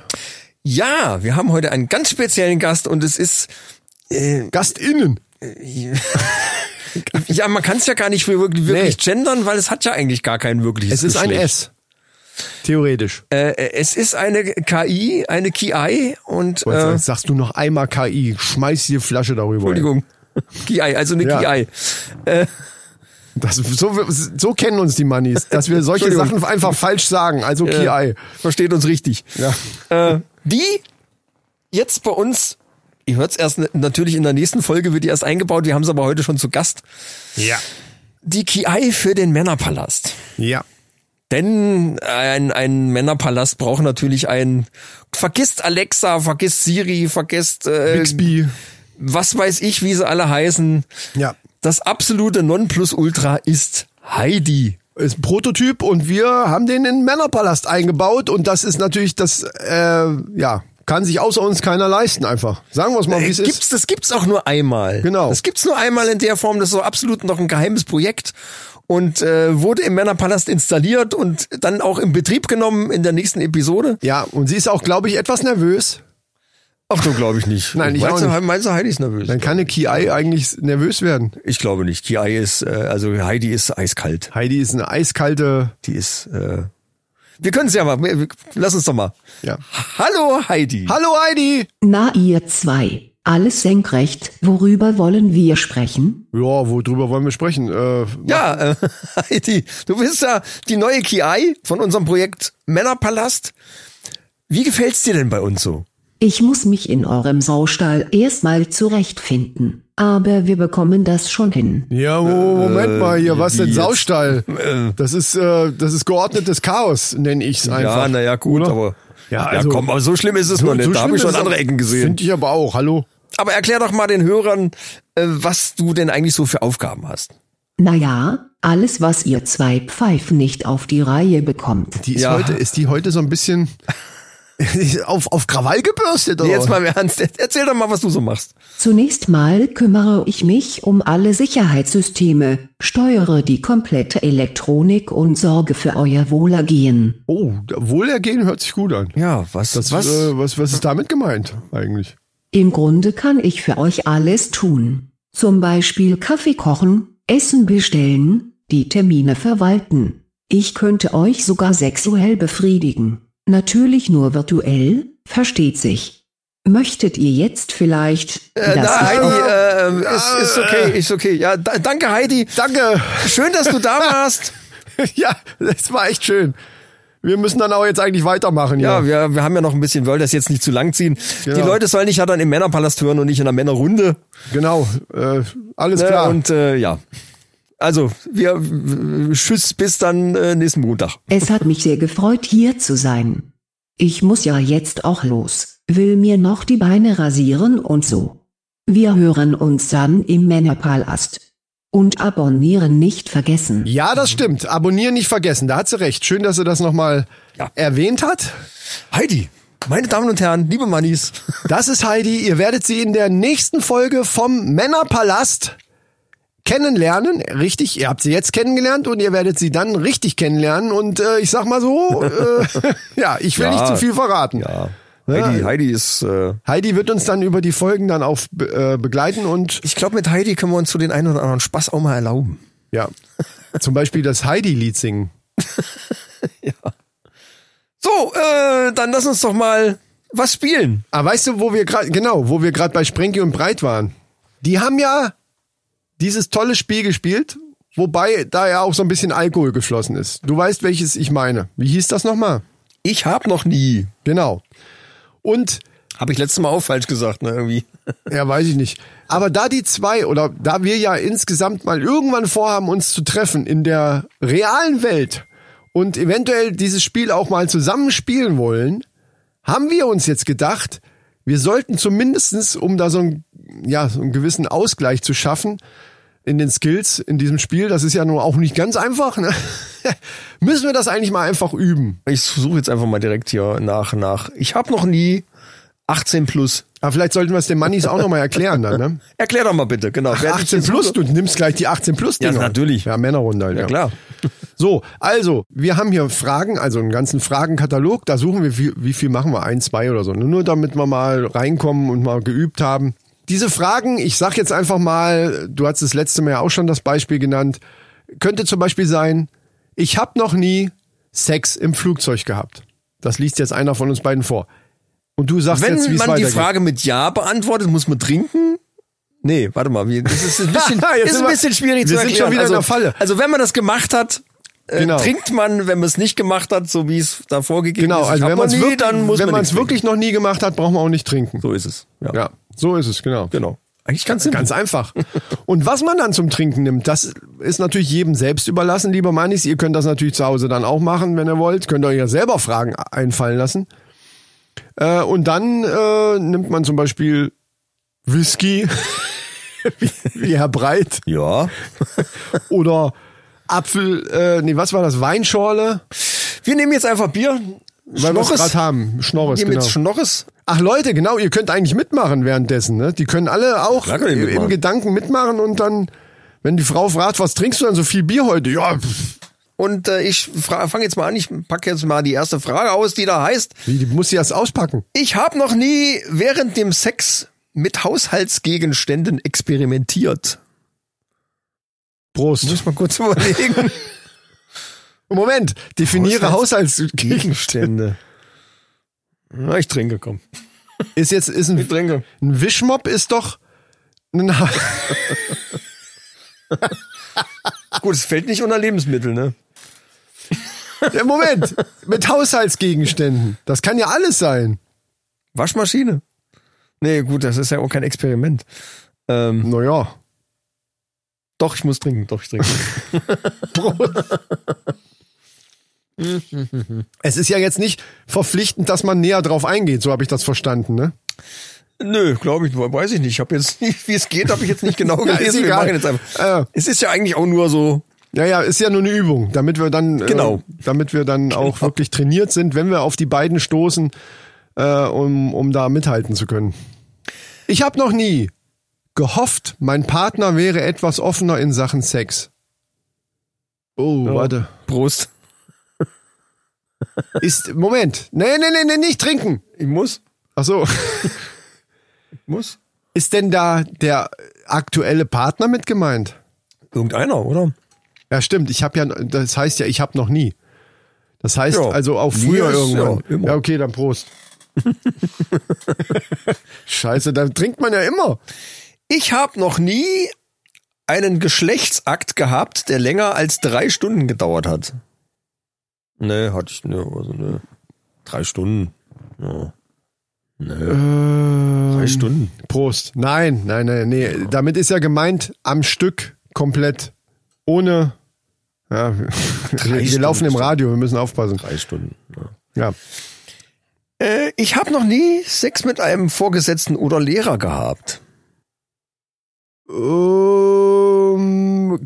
B: Ja, wir haben heute einen ganz speziellen Gast und es ist,
A: GastInnen.
B: ja, man kann es ja gar nicht wirklich
A: Nee.
B: gendern, weil es hat ja eigentlich gar kein wirkliches
A: Es ist ein
B: Geschlecht.
A: S. Theoretisch.
B: Äh, es ist eine KI, eine KI und
A: Jetzt
B: äh,
A: sagst du noch einmal KI. Schmeiß die Flasche darüber.
B: Entschuldigung. KI, also eine
A: Ja.
B: KI.
A: Das, so, so kennen uns die Mannis, dass wir solche
B: Entschuldigung.
A: Sachen einfach falsch sagen. Also
B: Äh,
A: KI.
B: versteht uns richtig. Äh, die jetzt bei uns, ihr hört es erst ne- natürlich in der nächsten Folge, wird die erst eingebaut, wir haben sie aber heute schon zu Gast.
A: Ja.
B: Die KI für den Männerpalast.
A: Ja.
B: Denn ein, ein Männerpalast braucht natürlich einen, vergisst Alexa, vergisst Siri, vergisst
A: Ähm,
B: äh,
A: Bixby.
B: was weiß ich, wie sie alle heißen.
A: Ja.
B: Das absolute Nonplusultra ist Heidi.
A: Ist ein Prototyp und wir haben den in den Männerpalast eingebaut und das ist natürlich das, äh, ja, kann sich außer uns keiner leisten einfach. Sagen wir es mal, wie es
B: Gibt's,
A: ist.
B: Das gibt's auch nur einmal.
A: Genau.
B: Das gibt's nur einmal in der Form. Das ist so absolut noch ein geheimes Projekt und äh, wurde im Männerpalast installiert und dann auch in Betrieb genommen in der nächsten Episode.
A: Ja, und sie ist auch, glaube ich, etwas nervös.
B: Ach, du glaube ich nicht.
A: Nein, ich auch
B: meinst, du-
A: nicht.
B: Meinst du, Heidi ist nervös?
A: Dann kann eine KI eigentlich nervös werden.
B: Ich glaube nicht. Die Ei ist, äh, also Heidi ist eiskalt.
A: Heidi ist eine eiskalte.
B: Die ist. Äh, wir können es ja mal. wir- wir- Lass uns doch mal.
A: Ja.
B: Hallo Heidi.
A: Hallo Heidi!
F: Na ihr zwei, alles senkrecht, worüber wollen wir sprechen?
A: Ja, worüber wollen wir sprechen? Äh,
B: Ja, äh, Heidi, du bist ja die neue KI von unserem Projekt Männerpalast. Wie gefällt's dir denn bei uns so?
F: Ich muss mich in eurem Saustall erstmal zurechtfinden, aber wir bekommen das schon hin.
A: Ja, mo- Moment mal hier, was
B: Äh, wie
A: denn
B: jetzt?
A: Saustall? Das ist, äh, das ist geordnetes Chaos, nenne ich es einfach.
B: Ja, naja, gut, aber.
A: Ja,
B: Ja,
A: also-
B: komm, aber so schlimm ist es noch nicht. da habe ich schon andere Ecken gesehen.
A: Finde ich aber auch, hallo.
B: Aber erklär doch mal den Hörern, äh, was du denn eigentlich so für Aufgaben hast.
F: Naja, alles was ihr zwei Pfeifen nicht auf die Reihe bekommt.
A: Die ist
B: Ja.
A: heute, ist die heute so ein bisschen auf, auf Krawall gebürstet, oder?
B: Nee, jetzt mal im ernst. Erzähl doch mal, was du so machst.
F: Zunächst mal kümmere ich mich um alle Sicherheitssysteme, steuere die komplette Elektronik und sorge für euer Wohlergehen.
A: Oh, Wohlergehen hört sich gut an.
B: Ja, was?
A: Das,
B: was?
A: Äh, was, was ist damit gemeint eigentlich?
F: Im Grunde kann ich für euch alles tun. Zum Beispiel Kaffee kochen, Essen bestellen, die Termine verwalten. Ich könnte euch sogar sexuell befriedigen. Natürlich nur virtuell, versteht sich. Möchtet ihr jetzt vielleicht,
B: äh,
F: dass
B: na,
F: ich
B: Heidi,
F: euch-
B: äh, äh, ist, ist okay, ist okay. Ja, da, danke, Heidi.
A: Danke!
B: Schön, dass du da warst.
A: ja, das war echt schön. Wir müssen dann auch jetzt eigentlich weitermachen.
B: Ja,
A: hier.
B: wir, wir haben ja noch ein bisschen, wir wollen das jetzt nicht zu lang ziehen. Die
A: Genau.
B: Leute sollen dich ja dann im Männerpalast hören und nicht in der Männerrunde.
A: genau. Äh, alles
B: Ne?
A: klar.
B: Und äh, ja. Also, wir w- tschüss, bis dann äh, nächsten Montag.
F: es hat mich sehr gefreut hier zu sein. Ich muss ja jetzt auch los, will mir noch die Beine rasieren und so. Wir hören uns dann im Männerpalast. Und abonnieren nicht vergessen.
A: Ja,
B: Mhm.
A: das stimmt. Abonnieren nicht vergessen. Da hat sie recht. Schön, dass sie das nochmal
B: Ja.
A: erwähnt hat.
B: Heidi, meine Damen und Herren, liebe Mannis.
A: Das ist Heidi. Ihr werdet sie in der nächsten Folge vom Männerpalast kennenlernen. Richtig, ihr habt sie jetzt kennengelernt und ihr werdet sie dann richtig kennenlernen. Und äh, ich sag mal so, äh, ja, ich will
B: Ja.
A: nicht zu viel verraten.
B: Ja. Heidi,
A: Ja.
B: Heidi ist. Äh,
A: Heidi wird uns dann über die Folgen dann auch äh, begleiten und
B: ich glaube, mit Heidi können wir uns zu den einen oder anderen Spaß auch mal erlauben.
A: ja, zum Beispiel das Heidi-Lied singen.
B: So, äh, dann lass uns doch mal was spielen.
A: Ah, weißt du, wo wir gerade, genau, wo wir gerade bei Sprenki und Breit waren? Die haben ja dieses tolle Spiel gespielt, wobei da ja auch so ein bisschen Alkohol geflossen ist. Du weißt, welches ich meine. Wie hieß das nochmal?
B: Ich hab noch nie.
A: Genau. Und
B: Habe ich letztes Mal auch falsch gesagt, ne, irgendwie.
A: Ja, weiß ich nicht. Aber da die zwei oder da wir ja insgesamt mal irgendwann vorhaben, uns zu treffen in der realen Welt und eventuell dieses Spiel auch mal zusammen spielen wollen, haben wir uns jetzt gedacht, wir sollten zumindestens, um da so, ein, ja, so einen gewissen Ausgleich zu schaffen in den Skills in diesem Spiel, das ist ja nun auch nicht ganz einfach, ne? müssen wir das eigentlich mal einfach üben.
B: Ich suche jetzt einfach mal direkt hier nach, nach. Ich hab noch nie 18 plus.
A: Aber vielleicht sollten wir es den Mannis auch nochmal erklären dann, ne?
B: Erklär doch mal bitte, genau. Wer dich
A: 18
B: jetzt
A: plus,
B: so-
A: du nimmst gleich die 18 plus Dinger.
B: Ja, natürlich.
A: Ja, Männerrunde halt,
B: Ja, klar.
A: So, also, wir haben hier Fragen, also einen ganzen Fragenkatalog. Da suchen wir, wie, wie viel machen wir? Ein, zwei oder so. Nur damit wir mal reinkommen und mal geübt haben. Diese Fragen, ich sag jetzt einfach mal, du hast das letzte Mal ja auch schon das Beispiel genannt, könnte zum Beispiel sein, ich habe noch nie Sex im Flugzeug gehabt. Das liest jetzt einer von uns beiden vor. Und du sagst
B: Wenn
A: jetzt, wie es
B: man die
A: weitergeht.
B: Frage mit Ja beantwortet, muss man trinken? Nee, warte mal, wir- das ist ein bisschen,
A: Jetzt
B: ist
A: sind
B: ein
A: wir-
B: bisschen schwierig
A: wir
B: zu
A: sind
B: erklären.
A: schon wieder in
B: also,
A: der Falle.
B: Also wenn man das gemacht hat, äh,
A: Genau.
B: trinkt man, wenn man es nicht gemacht hat, so wie es da vorgegeben
A: Genau,
B: ist.
A: also
B: hab
A: wenn
B: noch
A: man es
B: nie,
A: wirklich,
B: dann muss
A: wenn
B: man
A: man's
B: nichts
A: wirklich noch nie gemacht hat, braucht man auch nicht trinken.
B: trinken. So ist es. Ja.
A: Ja, so ist es, genau.
B: Genau. Eigentlich ganz simpel.
A: Ganz einfach. Und was man dann zum Trinken nimmt, das ist natürlich jedem selbst überlassen, lieber Manis. Ihr könnt das natürlich zu Hause dann auch machen, wenn ihr wollt. Könnt ihr euch ja selber Fragen einfallen lassen. Äh, und dann äh, nimmt man zum Beispiel Whisky, wie, wie Herr Breit,
B: ja.
A: oder Apfel, äh, nee, was war das? Weinschorle?
B: Wir nehmen jetzt einfach Bier.
A: Weil wir es
B: Schnorres.
A: gerade haben. Schnorres,
B: nehmen
A: genau.
B: jetzt Schnorres.
A: Ach Leute, genau, ihr könnt eigentlich mitmachen währenddessen. Ne? Die können alle auch
B: Klar können die
A: im
B: mitmachen.
A: Gedanken mitmachen und dann, wenn die Frau fragt, was trinkst du denn so viel Bier heute? Ja, pff,
B: Und äh, ich fange jetzt mal an, ich packe jetzt mal die erste Frage aus, die da heißt,
A: wie die muss sie das auspacken?
B: Ich habe noch nie während dem Sex mit Haushaltsgegenständen experimentiert.
A: Prost.
B: Muss man kurz überlegen.
A: Moment, definiere Haushaltsgegenstände.
B: Haushaltsgegenstände. Na, ich trinke, komm.
A: Ist jetzt ist ein,
B: Ich trinke.
A: ein Wischmopp ist doch ein Ha-
B: Gut, es fällt nicht unter Lebensmittel, ne?
A: Ja, Moment, mit Haushaltsgegenständen. Das kann ja alles sein.
B: Waschmaschine. Nee, gut, das ist ja auch kein Experiment. Ähm,
A: Naja.
B: doch, ich muss trinken, doch, ich trinke.
A: Es ist ja jetzt nicht verpflichtend, dass man näher drauf eingeht, so habe ich das verstanden, ne?
B: Nö, glaube ich, weiß ich nicht. Ich habe jetzt nicht, wie es geht, habe ich jetzt nicht genau
A: Ja, ist
B: gelesen. Wir
A: egal.
B: machen jetzt einfach.
A: Äh.
B: Es ist ja eigentlich auch nur so,
A: Ja, ja, ist ja nur eine Übung, damit wir dann, äh,
B: Genau.
A: damit wir dann auch wirklich trainiert sind, wenn wir auf die beiden stoßen, äh, um, um da mithalten zu können. Ich habe noch nie gehofft, mein Partner wäre etwas offener in Sachen Sex. Oh, warte.
B: Prost.
A: Ist, Moment. Nee, nee, nee, nee, nicht trinken.
B: Ich muss,
A: Ach so.
B: muss.
A: Ist denn da der aktuelle Partner mit gemeint?
B: Irgendeiner, oder?
A: Ja, stimmt. Ich habe ja, das heißt ja, ich habe noch nie. Das heißt
B: Ja.
A: also auch
B: Nie
A: früher
B: ist,
A: irgendwann.
B: ja, immer.
A: ja, okay, dann Prost. Scheiße, dann trinkt man ja immer.
B: Ich habe noch nie einen Geschlechtsakt gehabt, der länger als drei Stunden gedauert hat. Nee, hatte ich ne, also ne. Drei Stunden. Ja. Nee. Drei Stunden.
A: Ähm, Prost. Nein, nein, nein, nee. Damit ist ja gemeint am Stück komplett ohne. Ja, wir, wir
B: Stunden
A: laufen im
B: ist doch-
A: Radio, wir müssen aufpassen.
B: Drei Stunden. Ja.
A: Ja.
B: Äh, ich habe noch nie Sex mit einem Vorgesetzten oder Lehrer gehabt.
A: Ähm,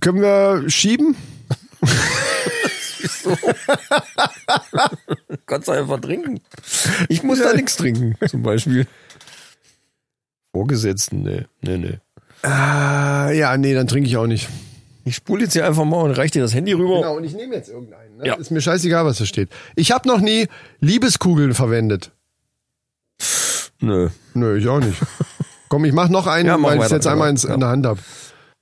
A: können wir schieben?
B: Kannst du einfach trinken. Ich muss da nichts trinken, zum Beispiel. Vorgesetzten, nee, nee, nee.
A: Äh, ja, nee, dann trinke ich auch nicht.
B: Ich spule jetzt hier einfach mal und reich dir das Handy rüber.
A: Genau, und ich nehme jetzt irgendeinen. Ne?
B: Oh. Ja.
A: Ist mir scheißegal, was da steht. Ich habe noch nie Liebeskugeln verwendet.
B: Nö.
A: Nö, ich auch nicht. Komm, ich mach noch einen,
B: Ja, mach
A: weil ich
B: weiter,
A: jetzt einmal ins,
B: genau. Ja.
A: in der Hand hab.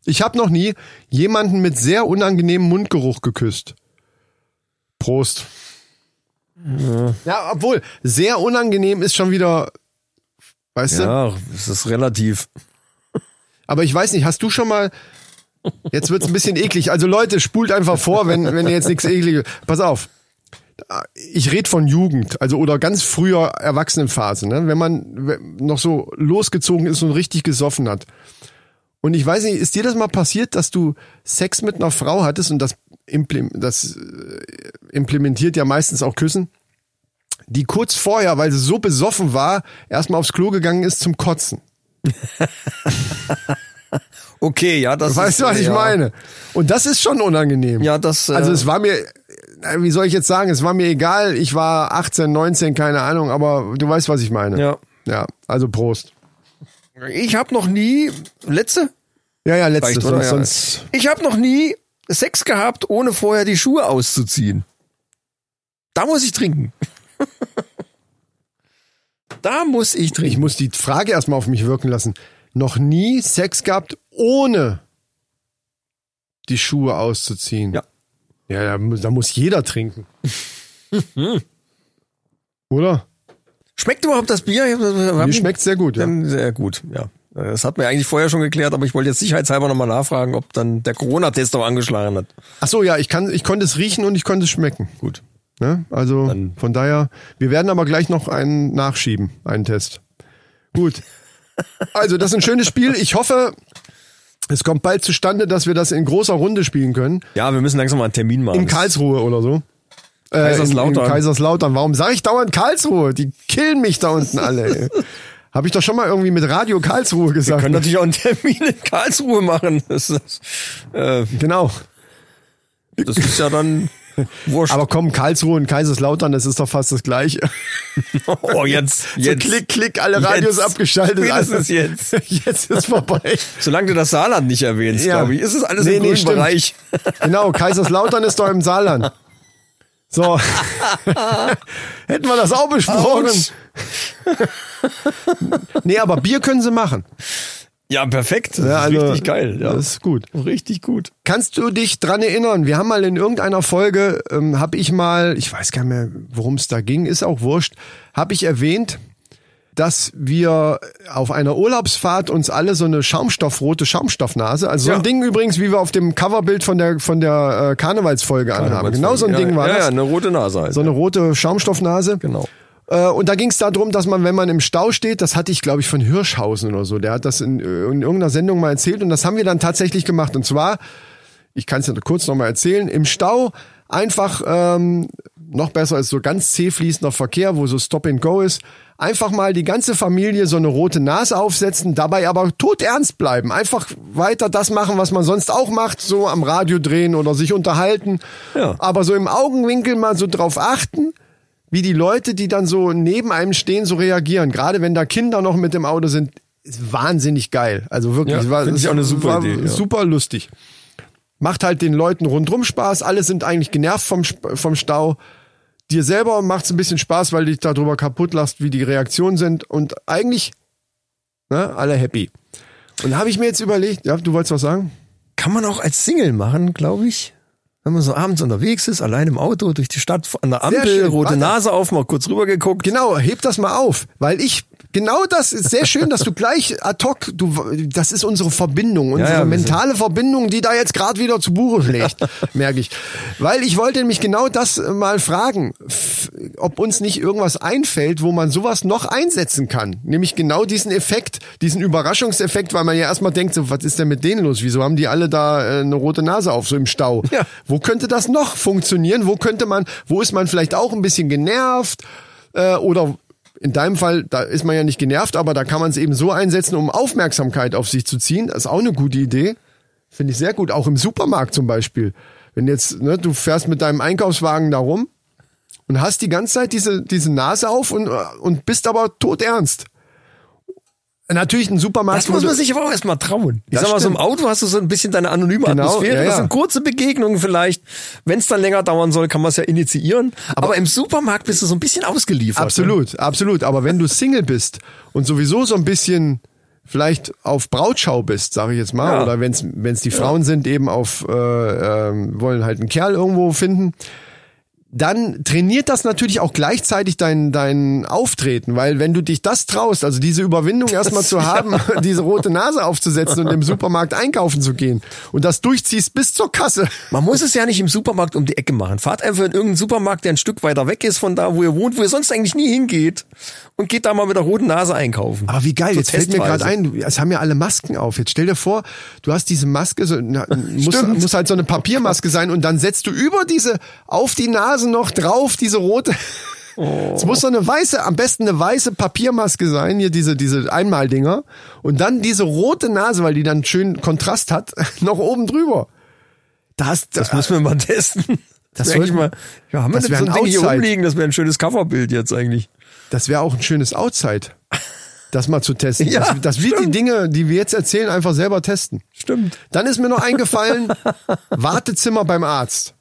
A: Ich habe noch nie jemanden mit sehr unangenehmem Mundgeruch geküsst. Prost. Ja, obwohl, sehr unangenehm ist schon wieder, weißt du?
B: Ja, es ist relativ.
A: Aber ich weiß nicht, hast du schon mal. Jetzt wird's ein bisschen eklig. Also Leute, spult einfach vor, wenn, wenn ihr jetzt nichts ekliges. Pass auf. Ich rede von Jugend, also oder ganz früher Erwachsenenphase, ne? wenn man we- noch so losgezogen ist und richtig gesoffen hat. Und ich weiß nicht, ist dir das mal passiert, dass du Sex mit einer Frau hattest und das, implem das äh, implementiert ja meistens auch Küssen, die kurz vorher, weil sie so besoffen war, erstmal aufs Klo gegangen ist zum Kotzen.
B: Okay, ja, das
A: Weißt
B: ist,
A: du, was ich
B: ja.
A: meine? Und das ist schon unangenehm.
B: Ja, das, äh,
A: also es war mir, na, wie soll ich jetzt sagen, es war mir egal, ich war 18, 19, keine Ahnung, aber du weißt, was ich meine.
B: Ja.
A: Ja, also Prost.
B: Ich habe noch nie letzte
A: Ja, ja, letztes,
B: Reicht,
A: sonst,
B: oder? Ja.
A: sonst
B: Ich habe noch nie Sex gehabt, ohne vorher die Schuhe auszuziehen. Da muss ich trinken. da muss ich
A: ich
B: trinken.
A: muss die Frage erstmal auf mich wirken lassen. Noch nie Sex gehabt, ohne die Schuhe auszuziehen.
B: Ja.
A: Ja, da muss, da muss jeder trinken. Oder?
B: Schmeckt überhaupt das Bier? Ich hab-
A: Mir
B: hab-
A: schmeckt sehr gut. Ja.
B: Dann sehr gut, ja. Das hat mir eigentlich vorher schon geklärt, aber ich wollte jetzt sicherheitshalber nochmal nachfragen, ob dann der Corona-Test auch angeschlagen hat.
A: Ach so, ja, ich, kann, ich konnte es riechen und ich konnte es schmecken.
B: Gut.
A: Ne? Also
B: Dann-
A: von daher, wir werden aber gleich noch einen nachschieben, einen Test. Gut. Also, das ist ein schönes Spiel. Ich hoffe, es kommt bald zustande, dass wir das in großer Runde spielen können.
B: Ja, wir müssen langsam mal einen Termin machen.
A: In Karlsruhe oder so. Äh, In,
B: Kaiserslautern.
A: in Kaiserslautern. Warum sage ich dauernd Karlsruhe? Die killen mich da unten alle. Habe ich doch schon mal irgendwie mit Radio Karlsruhe
B: Wir
A: gesagt.
B: können natürlich auch einen Termin in Karlsruhe machen. Das ist, äh,
A: genau.
B: das ist ja dann wurscht.
A: Aber komm, Karlsruhe und Kaiserslautern, das ist doch fast das gleiche.
B: oh, jetzt, jetzt.
A: So klick, klick, alle Radios
B: Jetzt.
A: abgeschaltet.
B: Spätestens jetzt.
A: Jetzt ist vorbei.
B: Solange du das Saarland nicht erwähnst,
A: Ja.
B: glaube ich, ist es alles
A: Nee,
B: im
A: nee,
B: grünen
A: stimmt.
B: Bereich.
A: Genau, Kaiserslautern ist doch im Saarland. So. Hätten wir das auch besprochen.
B: Autsch.
A: nee, aber Bier können sie machen.
B: Ja, perfekt. Das
A: Ja,
B: ist
A: also,
B: richtig geil. Ja.
A: Das ist gut.
B: richtig gut.
A: Kannst du dich dran erinnern? Wir haben mal in irgendeiner Folge, ähm, habe ich mal, ich weiß gar nicht mehr, worum es da ging, ist auch wurscht, habe ich erwähnt, dass wir auf einer Urlaubsfahrt uns alle so eine Schaumstoffrote Schaumstoffnase, also so ein
B: Ja.
A: Ding übrigens, wie wir auf dem Coverbild von der von der äh, Karnevalsfolge anhaben. Genau so ein
B: ja,
A: Ding war
B: ja,
A: das.
B: Ja, eine rote Nase halt.
A: So eine rote Schaumstoffnase.
B: Genau.
A: Äh, Und da ging es darum, dass man, wenn man im Stau steht, das hatte ich, glaube ich, von Hirschhausen oder so, der hat das in, äh, in irgendeiner Sendung mal erzählt und das haben wir dann tatsächlich gemacht. Und zwar, ich kann es ja kurz nochmal erzählen, im Stau einfach, ähm, noch besser als so ganz zäh fließender Verkehr, wo so Stop and Go ist, einfach mal die ganze Familie so eine rote Nase aufsetzen, dabei aber todernst bleiben. Einfach weiter das machen, was man sonst auch macht, so am Radio drehen oder sich unterhalten.
B: Ja.
A: Aber so im Augenwinkel mal so drauf achten, wie die Leute, die dann so neben einem stehen, so reagieren. Gerade wenn da Kinder noch mit dem Auto sind, ist wahnsinnig geil. Also wirklich,
B: Ja,
A: es war,
B: find ich
A: es
B: auch eine super
A: war
B: Idee, ja.
A: super lustig. Macht halt den Leuten rundrum Spaß. Alle sind eigentlich genervt vom, Sp- vom Stau. Dir selber macht's ein bisschen Spaß, weil du dich darüber kaputt lachst, wie die Reaktionen sind. Und eigentlich, ne, alle happy. Und habe ich mir jetzt überlegt, ja, du wolltest was sagen?
B: Kann man auch als Single machen, glaube ich. Wenn man so abends unterwegs ist, allein im Auto, durch die Stadt, an der Ampel,
A: schön,
B: rote
A: warte.
B: Nase auf, mal kurz rübergeguckt.
A: Genau, heb das mal auf, weil ich genau das ist sehr schön, dass du gleich ad hoc, du das ist unsere Verbindung, unsere
B: ja, wir
A: mentale Verbindung, die da jetzt gerade wieder zu Buche schlägt, merke ich, weil ich wollte nämlich genau das äh, mal fragen, f- ob uns nicht irgendwas einfällt, wo man sowas noch einsetzen kann, nämlich genau diesen Effekt, diesen Überraschungseffekt, weil man ja erstmal denkt, so was ist denn mit denen los, wieso haben die alle da äh, eine rote Nase auf so im Stau?
B: Ja.
A: Wo könnte das noch funktionieren? Wo könnte man, wo ist man vielleicht auch ein bisschen genervt? Äh, oder in deinem Fall, da ist man ja nicht genervt, aber da kann man es eben so einsetzen, um Aufmerksamkeit auf sich zu ziehen. Das ist auch eine gute Idee. Finde ich sehr gut. Auch im Supermarkt zum Beispiel. Wenn jetzt, ne, du fährst mit deinem Einkaufswagen da rum und hast die ganze Zeit diese, diese Nase auf und, und bist aber todernst. Natürlich ein Supermarkt.
B: Das muss
A: wo
B: man
A: du-
B: sich aber auch erstmal trauen. Ich
A: Das
B: sag mal, so im
A: stimmt.
B: Auto hast du so ein bisschen deine anonyme
A: Genau,
B: Atmosphäre.
A: ja, ja.
B: Das sind kurze Begegnungen vielleicht. Wenn es dann länger dauern soll, kann man es ja initiieren. Aber, im Supermarkt bist du so ein bisschen ausgeliefert.
A: Absolut, absolut. Aber wenn du Single bist und sowieso so ein bisschen vielleicht auf Brautschau bist, sage ich jetzt mal,
B: Ja.
A: oder wenn es die Frauen sind, eben auf äh, ähm, wollen halt einen Kerl irgendwo finden, dann trainiert das natürlich auch gleichzeitig dein, dein Auftreten, weil wenn du dich das traust, also diese Überwindung erstmal zu haben, diese rote Nase aufzusetzen und im Supermarkt einkaufen zu gehen und das durchziehst bis zur Kasse.
B: Man muss es ja nicht im Supermarkt um die Ecke machen. Fahrt einfach in irgendeinen Supermarkt, der ein Stück weiter weg ist von da, wo ihr wohnt, wo ihr sonst eigentlich nie hingeht und geht da mal mit der roten Nase einkaufen.
A: Aber wie geil,
B: So
A: jetzt fällt mir
B: testweise.
A: gerade ein, es haben ja alle Masken auf. Jetzt stell dir vor, du hast diese Maske, so, na, muss,
B: Stimmt.
A: muss halt so eine Papiermaske sein und dann setzt du über diese, auf die Nase noch drauf, diese rote.
B: Oh.
A: Es muss so eine weiße, am besten eine weiße Papiermaske sein, hier diese, diese Einmaldinger. Und dann diese rote Nase, weil die dann schön Kontrast hat, noch oben drüber. Das,
B: Das müssen wir mal testen.
A: Das
B: Merk ich
A: sollten-
B: mal. Ja, haben wir
A: das
B: denn
A: wär
B: so
A: ein
B: ein Ding hier
A: Outside.
B: rumliegen? Das wäre ein schönes Coverbild jetzt eigentlich.
A: Das wäre auch ein schönes Outside, das mal zu testen.
B: Ja,
A: dass dass wir die
B: stimmt.
A: Dinge, die wir jetzt erzählen, einfach selber testen.
B: Stimmt.
A: Dann ist mir noch eingefallen, Wartezimmer beim Arzt.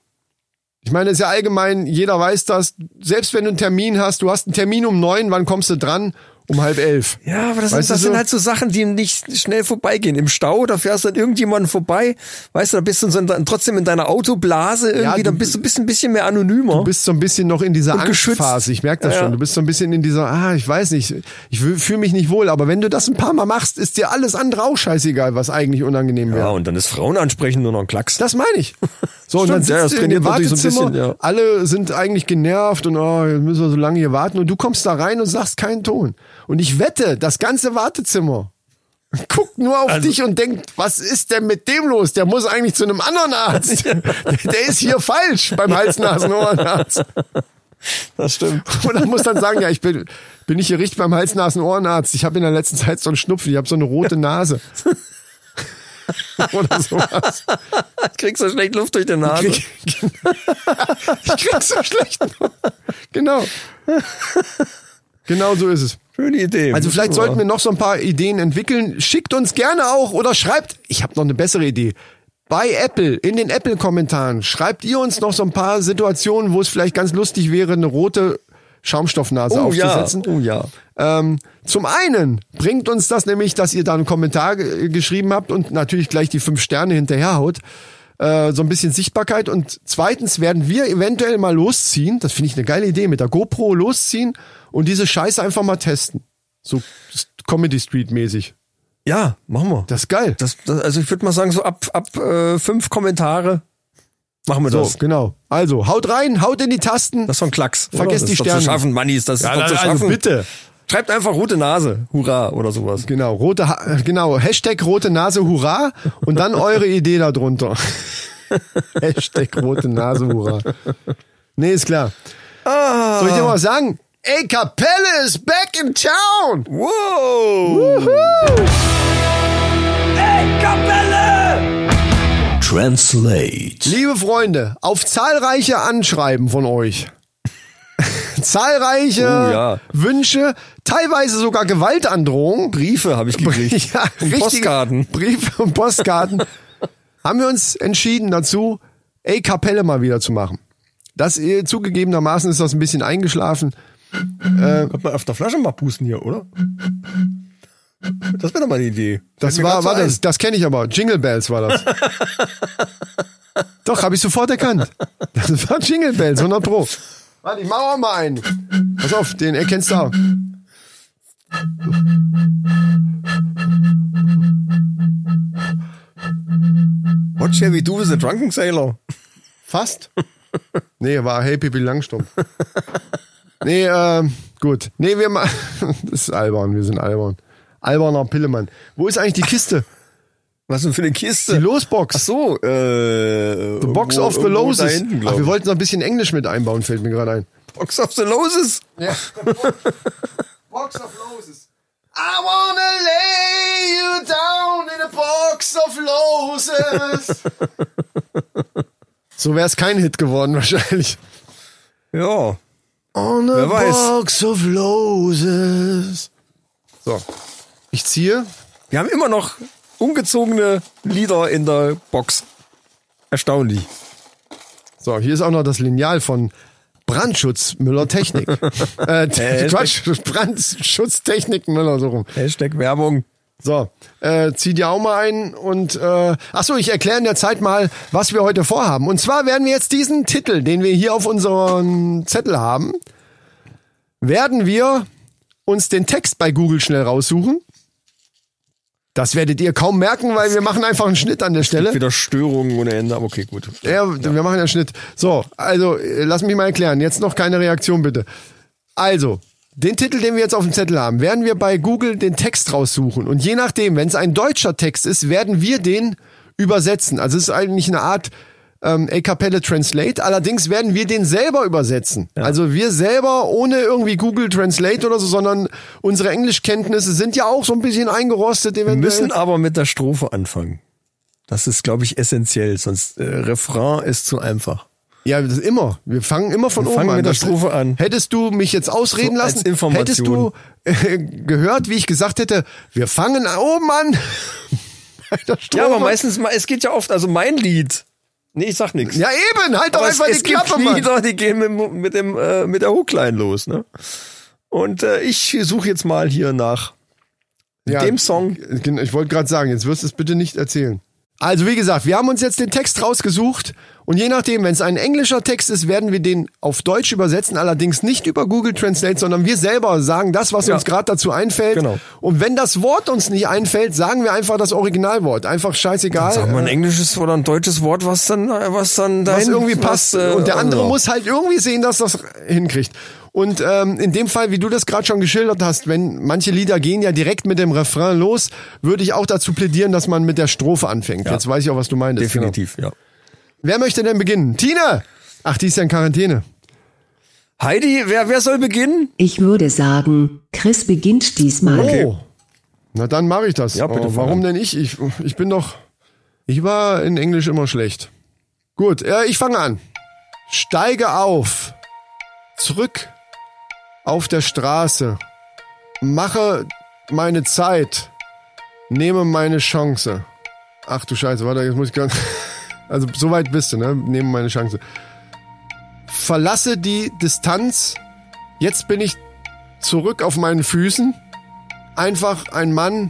A: Ich meine, ist ja allgemein, jeder weiß das, selbst wenn du einen Termin hast, du hast einen Termin um neun, wann kommst du dran? Um halb elf.
B: Ja, aber
A: Weißt
B: das, sind, das
A: du so?
B: sind halt so Sachen, die nicht schnell vorbeigehen. Im Stau, da fährst du dann irgendjemanden vorbei, weißt du, da bist du so in, de- trotzdem in deiner Autoblase
A: du-
B: irgendwie, dann bist du ein bisschen, ein bisschen mehr anonymer.
A: Du bist so ein bisschen noch in dieser
B: Und geschützt.
A: Angstphase. Ich merke das
B: Ja, ja.
A: schon. Du bist so ein bisschen in dieser, ah, ich weiß nicht, ich fühle mich nicht wohl. Aber wenn du das ein paar Mal machst, ist dir alles andere auch scheißegal, was eigentlich unangenehm wäre.
B: ja, und dann ist Frauen ansprechen nur noch ein Klacks.
A: Das meine ich. So, und
B: Stimmt,
A: dann
B: ja, das
A: sitzt du in dem
B: trainiert natürlich so ein
A: Wartezimmer,
B: bisschen, ja.
A: alle sind eigentlich genervt und oh, jetzt müssen wir so lange hier warten und du kommst da rein und sagst keinen Ton. Und ich wette, das ganze Wartezimmer guckt nur auf
B: Also
A: dich und denkt, was ist denn mit dem los? Der muss eigentlich zu einem anderen Arzt. Der, der ist hier falsch beim Hals-Nasen-Ohrenarzt.
B: das stimmt.
A: Und dann muss dann sagen, ja, ich bin, bin ich hier richtig beim Hals-Nasen-Ohrenarzt. Ich habe in der letzten Zeit so einen Schnupfen, ich habe so eine rote Nase. Oder sowas.
B: Kriegst du schlecht Luft durch die Nase.
A: Krieg, ich krieg's so schlecht. Genau. Genau so ist es.
B: Schöne Idee.
A: Also vielleicht sollten wir noch so ein paar Ideen entwickeln. Schickt uns gerne auch oder schreibt, ich habe noch eine bessere Idee. Bei Apple, in den Apple-Kommentaren, schreibt ihr uns noch so ein paar Situationen, wo es vielleicht ganz lustig wäre, eine rote Schaumstoffnase
B: Oh ja,
A: aufzusetzen.
B: oh ja.
A: Ähm, zum einen bringt uns das nämlich, dass ihr da einen Kommentar ge- geschrieben habt und natürlich gleich die fünf Sterne hinterherhaut. Äh, so ein bisschen Sichtbarkeit. Und zweitens werden wir eventuell mal losziehen. Das finde ich eine geile Idee. Mit der GoPro losziehen und diese Scheiße einfach mal testen. So S- Comedy Street mäßig.
B: Ja, machen wir.
A: Das ist geil.
B: Das, das, also ich würde mal sagen, so ab, ab äh, fünf Kommentare machen wir
A: so,
B: das.
A: genau. Also, haut rein, haut in die Tasten.
B: Das ist doch ein Klacks. oder?
A: Vergesst
B: das
A: die
B: ist doch
A: Sterne.
B: zu schaffen, Mannis. Das ist
A: Ja,
B: doch zu
A: also
B: schaffen.
A: bitte.
B: Schreibt einfach rote Nase. Hurra oder sowas.
A: Genau, rote, ha genau, Hashtag rote Nase Hurra und dann eure Idee darunter. Hashtag rote Nase Hurra. Nee, ist klar. Soll ich dir mal was sagen? Ey, Kapelle is back in town!
B: Wow.
C: Translate.
A: Liebe Freunde, auf zahlreiche Anschreiben von euch. zahlreiche
B: Oh, ja.
A: Wünsche, teilweise sogar Gewaltandrohungen.
B: Briefe habe ich gekriegt.
A: Ja,
B: Und
A: richtige
B: Postkarten.
A: Briefe und Postkarten. haben wir uns entschieden dazu, ey, Kapelle mal wieder zu machen. Das äh, zugegebenermaßen ist das ein bisschen eingeschlafen.
B: Könnte man auf der Flasche mal pusten hier, oder? Das wäre doch mal eine Idee.
A: Das
B: Fällt mir
A: war,
B: grad so
A: war
B: ein.
A: das, das kenne ich aber. Jingle Bells war das. Doch, habe ich sofort erkannt. Das war Jingle Bells, 100 Pro. Warte, ich mach auch mal einen. Pass auf, den erkennst du auch.
B: What shall we do with a drunken sailor?
A: Fast? Nee, war Hey Pippi Langstrumpf. Nee, äh, gut. Nee, wir ma- Das ist albern, wir sind albern. Alberner Pillemann. Wo ist eigentlich die Kiste?
B: Was denn für eine
A: Die
B: Kiste? Ach
A: Losbox.
B: so, äh.
A: The Box of the
B: Da
A: Loses.
B: hinten,
A: Ach,
B: glaub
A: wir
B: ich.
A: wollten noch ein bisschen Englisch mit einbauen, fällt mir gerade ein.
B: Box of the Loses.
A: Ja. box of Loses. I wanna lay you down in a box of Loses. So wäre es kein Hit geworden wahrscheinlich.
B: Ja.
A: On a
B: Wer weiß.
A: box of Loses. So. Ich ziehe.
B: Wir haben immer noch ungezogene Lieder in der Box. Erstaunlich.
A: So, hier ist auch noch das Lineal von Brandschutz Müller Technik.
B: Äh,
A: äh, Quatsch, Brandschutztechnik Müller so rum.
B: Hashtag Werbung.
A: So, äh, zieh dir auch mal ein und äh, achso, ich erkläre in der Zeit mal, was wir heute vorhaben. Und zwar werden wir jetzt diesen Titel, den wir hier auf unserem Zettel haben, werden wir uns den Text bei Google schnell raussuchen. Das werdet ihr kaum merken, weil wir machen einfach einen Schnitt an der Stelle.
B: Wieder Störungen ohne Ende, aber okay, gut.
A: Ja, wir machen einen Schnitt. So, also äh, lass mich mal erklären. Jetzt noch keine Reaktion bitte. Also, den Titel, den wir jetzt auf dem Zettel haben, werden wir bei Google den Text raussuchen. Und je nachdem, wenn es ein deutscher Text ist, werden wir den übersetzen. Also es ist eigentlich eine Art ähm, A Cappella Translate. Allerdings werden wir den selber übersetzen. Also wir selber ohne irgendwie Google Translate oder so, sondern unsere Englischkenntnisse sind ja auch so ein bisschen eingerostet.
B: Wir
A: eventuell.
B: müssen aber mit der Strophe anfangen. Das ist, glaube ich, essentiell, sonst äh, Refrain ist zu einfach.
A: Ja, das ist immer. Wir fangen immer von
B: Wir
A: oben
B: fangen
A: an.
B: mit der
A: Das-
B: Strophe an.
A: Hättest du mich jetzt ausreden
B: So, als
A: lassen,
B: Information.
A: hättest du äh, gehört, wie ich gesagt hätte, wir fangen oben an. Bei der
B: Ja, aber
A: Strophe.
B: meistens, ma- es geht ja oft, also mein Lied. Nee, ich sag nichts.
A: Ja, eben, halt doch
B: aber es,
A: einfach
B: es
A: die Klappe,
B: gibt
A: Mann.
B: Lieder, die gehen mit, dem- mit, dem, äh, mit der Hookline los, ne? Und äh, ich suche jetzt mal hier nach
A: Ja,
B: dem Song.
A: Äh, gen- Ich wollte gerade sagen, jetzt wirst du es bitte nicht erzählen. Also wie gesagt, wir haben uns jetzt den Text rausgesucht und je nachdem, wenn es ein englischer Text ist, werden wir den auf Deutsch übersetzen, allerdings nicht über Google Translate, sondern wir selber sagen das, was
B: Ja.
A: uns gerade dazu einfällt.
B: Genau.
A: Und wenn das Wort uns nicht einfällt, sagen wir einfach das Originalwort. Einfach scheißegal.
B: Sag mal ein
A: äh,
B: englisches oder ein deutsches Wort, was dann, äh, was dann
A: was
B: dahin,
A: irgendwie passt.
B: was, äh,
A: und der andere
B: ja.
A: muss halt irgendwie sehen, dass das hinkriegt. Und ähm, in dem Fall, wie du das gerade schon geschildert hast, wenn manche Lieder gehen ja direkt mit dem Refrain los, würde ich auch dazu plädieren, dass man mit der Strophe anfängt. Jetzt weiß ich auch, was du meinst.
B: Definitiv, ja.
A: Genau. Wer möchte denn beginnen? Tina! Ach, die ist ja in Quarantäne.
B: Heidi, wer, wer soll beginnen?
F: Ich würde sagen, Chris beginnt diesmal.
A: Oh. Na dann mache ich das.
B: Ja, bitte,
A: oh, warum denn ich? ich? Ich bin doch. Ich war in Englisch immer schlecht. Gut, äh, ich fange an. Steige auf. Zurück auf der Straße. Mache meine Zeit. Nehme meine Chance. Ach du Scheiße, warte, jetzt muss ich ganz. Also, so weit bist du, ne? Nehme meine Chance. Verlasse die Distanz. Jetzt bin ich zurück auf meinen Füßen einfach ein Mann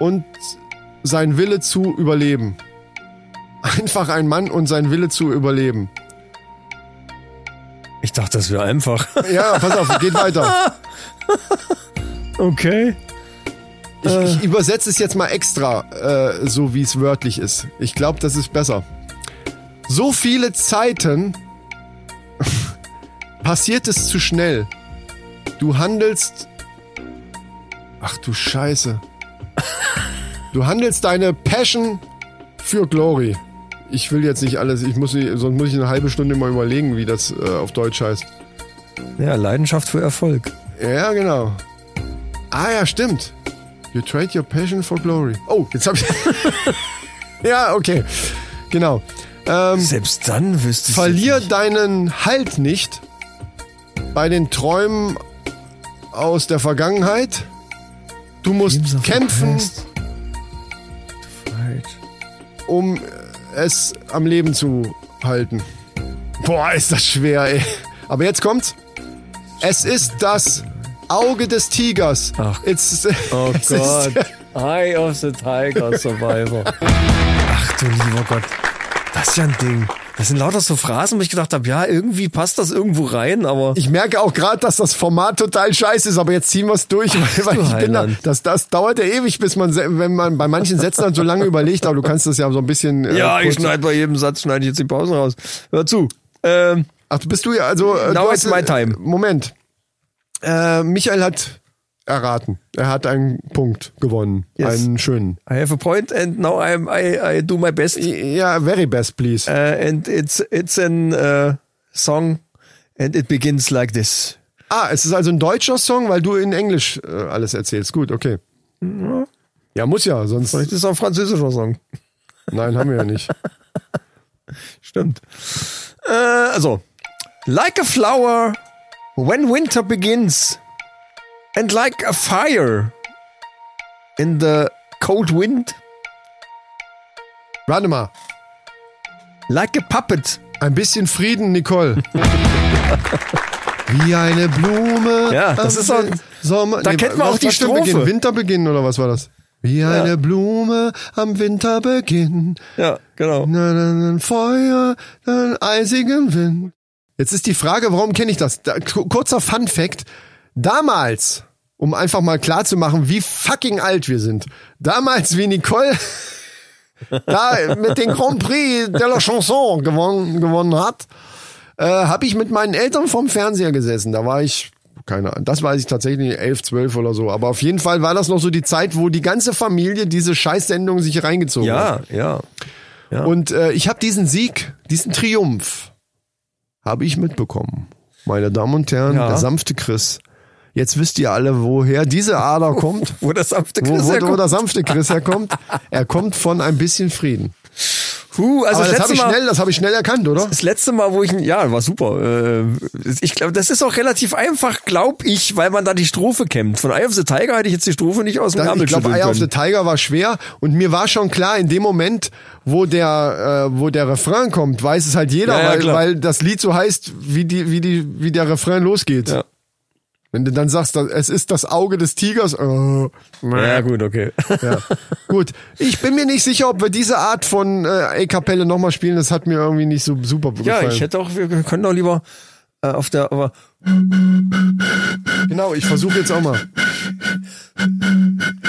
A: und sein Wille zu überleben. Einfach ein Mann und sein Wille zu überleben.
B: Ich dachte, das wäre einfach.
A: Ja, pass auf, geht weiter.
B: Okay.
A: Ich, ich übersetze es jetzt mal extra, äh, so wie es wörtlich ist. Ich glaube, das ist besser. So viele Zeiten passiert es zu schnell. Du handelst. Ach du Scheiße. Du handelst deine Passion für Glory. Ich will jetzt nicht alles, ich muss nicht, sonst muss ich eine halbe Stunde mal überlegen, wie das äh, auf Deutsch heißt.
B: Ja, Leidenschaft für Erfolg.
A: Ja, genau. Ah ja, stimmt. You trade your passion for glory. Oh, jetzt hab ich. ja, okay. Genau. Ähm,
B: Selbst dann wüsste ich.
A: verlier deinen Halt nicht bei den Träumen aus der Vergangenheit. Du musst kämpfen, um es am Leben zu halten. Boah, ist das schwer, ey. Aber jetzt kommt's. Es ist das Auge des Tigers.
B: Ach.
A: It's,
B: Oh
A: es ist-
B: Gott. Eye of the Tiger Survivor. Ach du lieber Gott. Das ist ja ein Ding. Das sind lauter so Phrasen, wo ich gedacht habe, ja, irgendwie passt das irgendwo rein, aber
A: Ich merke auch gerade, dass das Format total scheiße ist, aber jetzt ziehen wir es durch, weil, weil
B: du
A: ich bin da,
B: Heiland.
A: das, das dauert ja ewig, bis man, se- wenn man bei manchen Sätzen dann so lange überlegt, aber du kannst das ja so ein bisschen. äh,
B: ja, ich
A: kurz-
B: schneide bei jedem Satz, schneide ich jetzt die Pausen raus. Hör zu. Ähm,
A: Ach, bist du ja, also. äh,
B: Now
A: du
B: it's
A: hast-
B: my time.
A: Moment. Äh, Michael hat erraten. Er hat einen Punkt gewonnen.
B: Yes.
A: Einen schönen.
B: I have a point and now I'm, I, I do my best.
A: Ja, very best, please.
B: Äh, and it's, it's an äh, song and it begins like this.
A: Ah, es ist also ein deutscher Song, weil du in Englisch äh, alles erzählst. Gut, okay. Ja, muss ja, sonst.
B: Das ist auch ein französischer Song.
A: Nein, haben wir ja nicht.
B: Stimmt. Äh, also, like a flower when winter begins and like a fire in the cold wind,
A: Warte mal.
B: like a puppet.
A: Ein bisschen Frieden, Nicole. Wie eine Blume.
B: Ja, das
A: am
B: ist so-
A: Wind- Sommer.
B: da kennt man
A: was-
B: auch die
A: was für ein Beginn?
B: Strophe.
A: Winterbeginn oder was war das? Wie eine Blume am Winterbeginn.
B: Ja, genau.
A: Ein Feuer, einen eisigen Wind. Jetzt ist die Frage, warum kenne ich das? Da, ku- kurzer Fun Fact. Damals, um einfach mal klarzumachen, wie fucking alt wir sind. Damals, wie Nicole da mit dem Grand Prix de la Chanson gewonnen, gewonnen hat, äh, habe ich mit meinen Eltern vorm Fernseher gesessen. Da war ich, keine Ahnung, das weiß ich tatsächlich, 11, 12 oder so. Aber auf jeden Fall war das noch so die Zeit, wo die ganze Familie diese Scheißsendung sich reingezogen hat.
B: Ja, ja.
A: Und äh, ich habe diesen Sieg, diesen Triumph, habe ich mitbekommen. Meine Damen und Herren,
B: Ja.
A: der sanfte Chris. Jetzt wisst ihr alle, woher diese Ader kommt.
B: Wo das sanfte
A: Wo,
B: Chris
A: wo, wo
B: herkommt.
A: der sanfte Chris herkommt. Er kommt von ein bisschen Frieden.
B: Huh, also
A: Aber das
B: letzte
A: habe ich,
B: Mal,
A: schnell, das hab ich schnell erkannt, oder?
B: das letzte Mal, wo ich, ihn- ja, war super. Äh, ich glaube, das ist auch relativ einfach, glaub ich, weil man da die Strophe kennt. Von Eye of the Tiger hätte ich jetzt die Strophe nicht aus dem
A: Da,
B: Ärmel
A: ich glaube,
B: schütteln
A: Eye of the
B: können.
A: Tiger war schwer und mir war schon klar, in dem Moment, wo der, äh, wo der Refrain kommt, weiß es halt jeder,
B: Ja, ja,
A: weil,
B: klar.
A: weil das Lied so heißt, wie, die, wie, die, wie der Refrain losgeht.
B: Ja.
A: Wenn du dann sagst, das- es ist das Auge des Tigers. Äh,
B: Ja, gut, okay.
A: ja. gut, ich bin mir nicht sicher, ob wir diese Art von äh, A-Kapelle nochmal spielen. Das hat mir irgendwie nicht so super
B: Ja,
A: gefallen.
B: ich hätte auch, wir können doch lieber äh, auf der, aber
A: genau, ich versuche jetzt auch mal.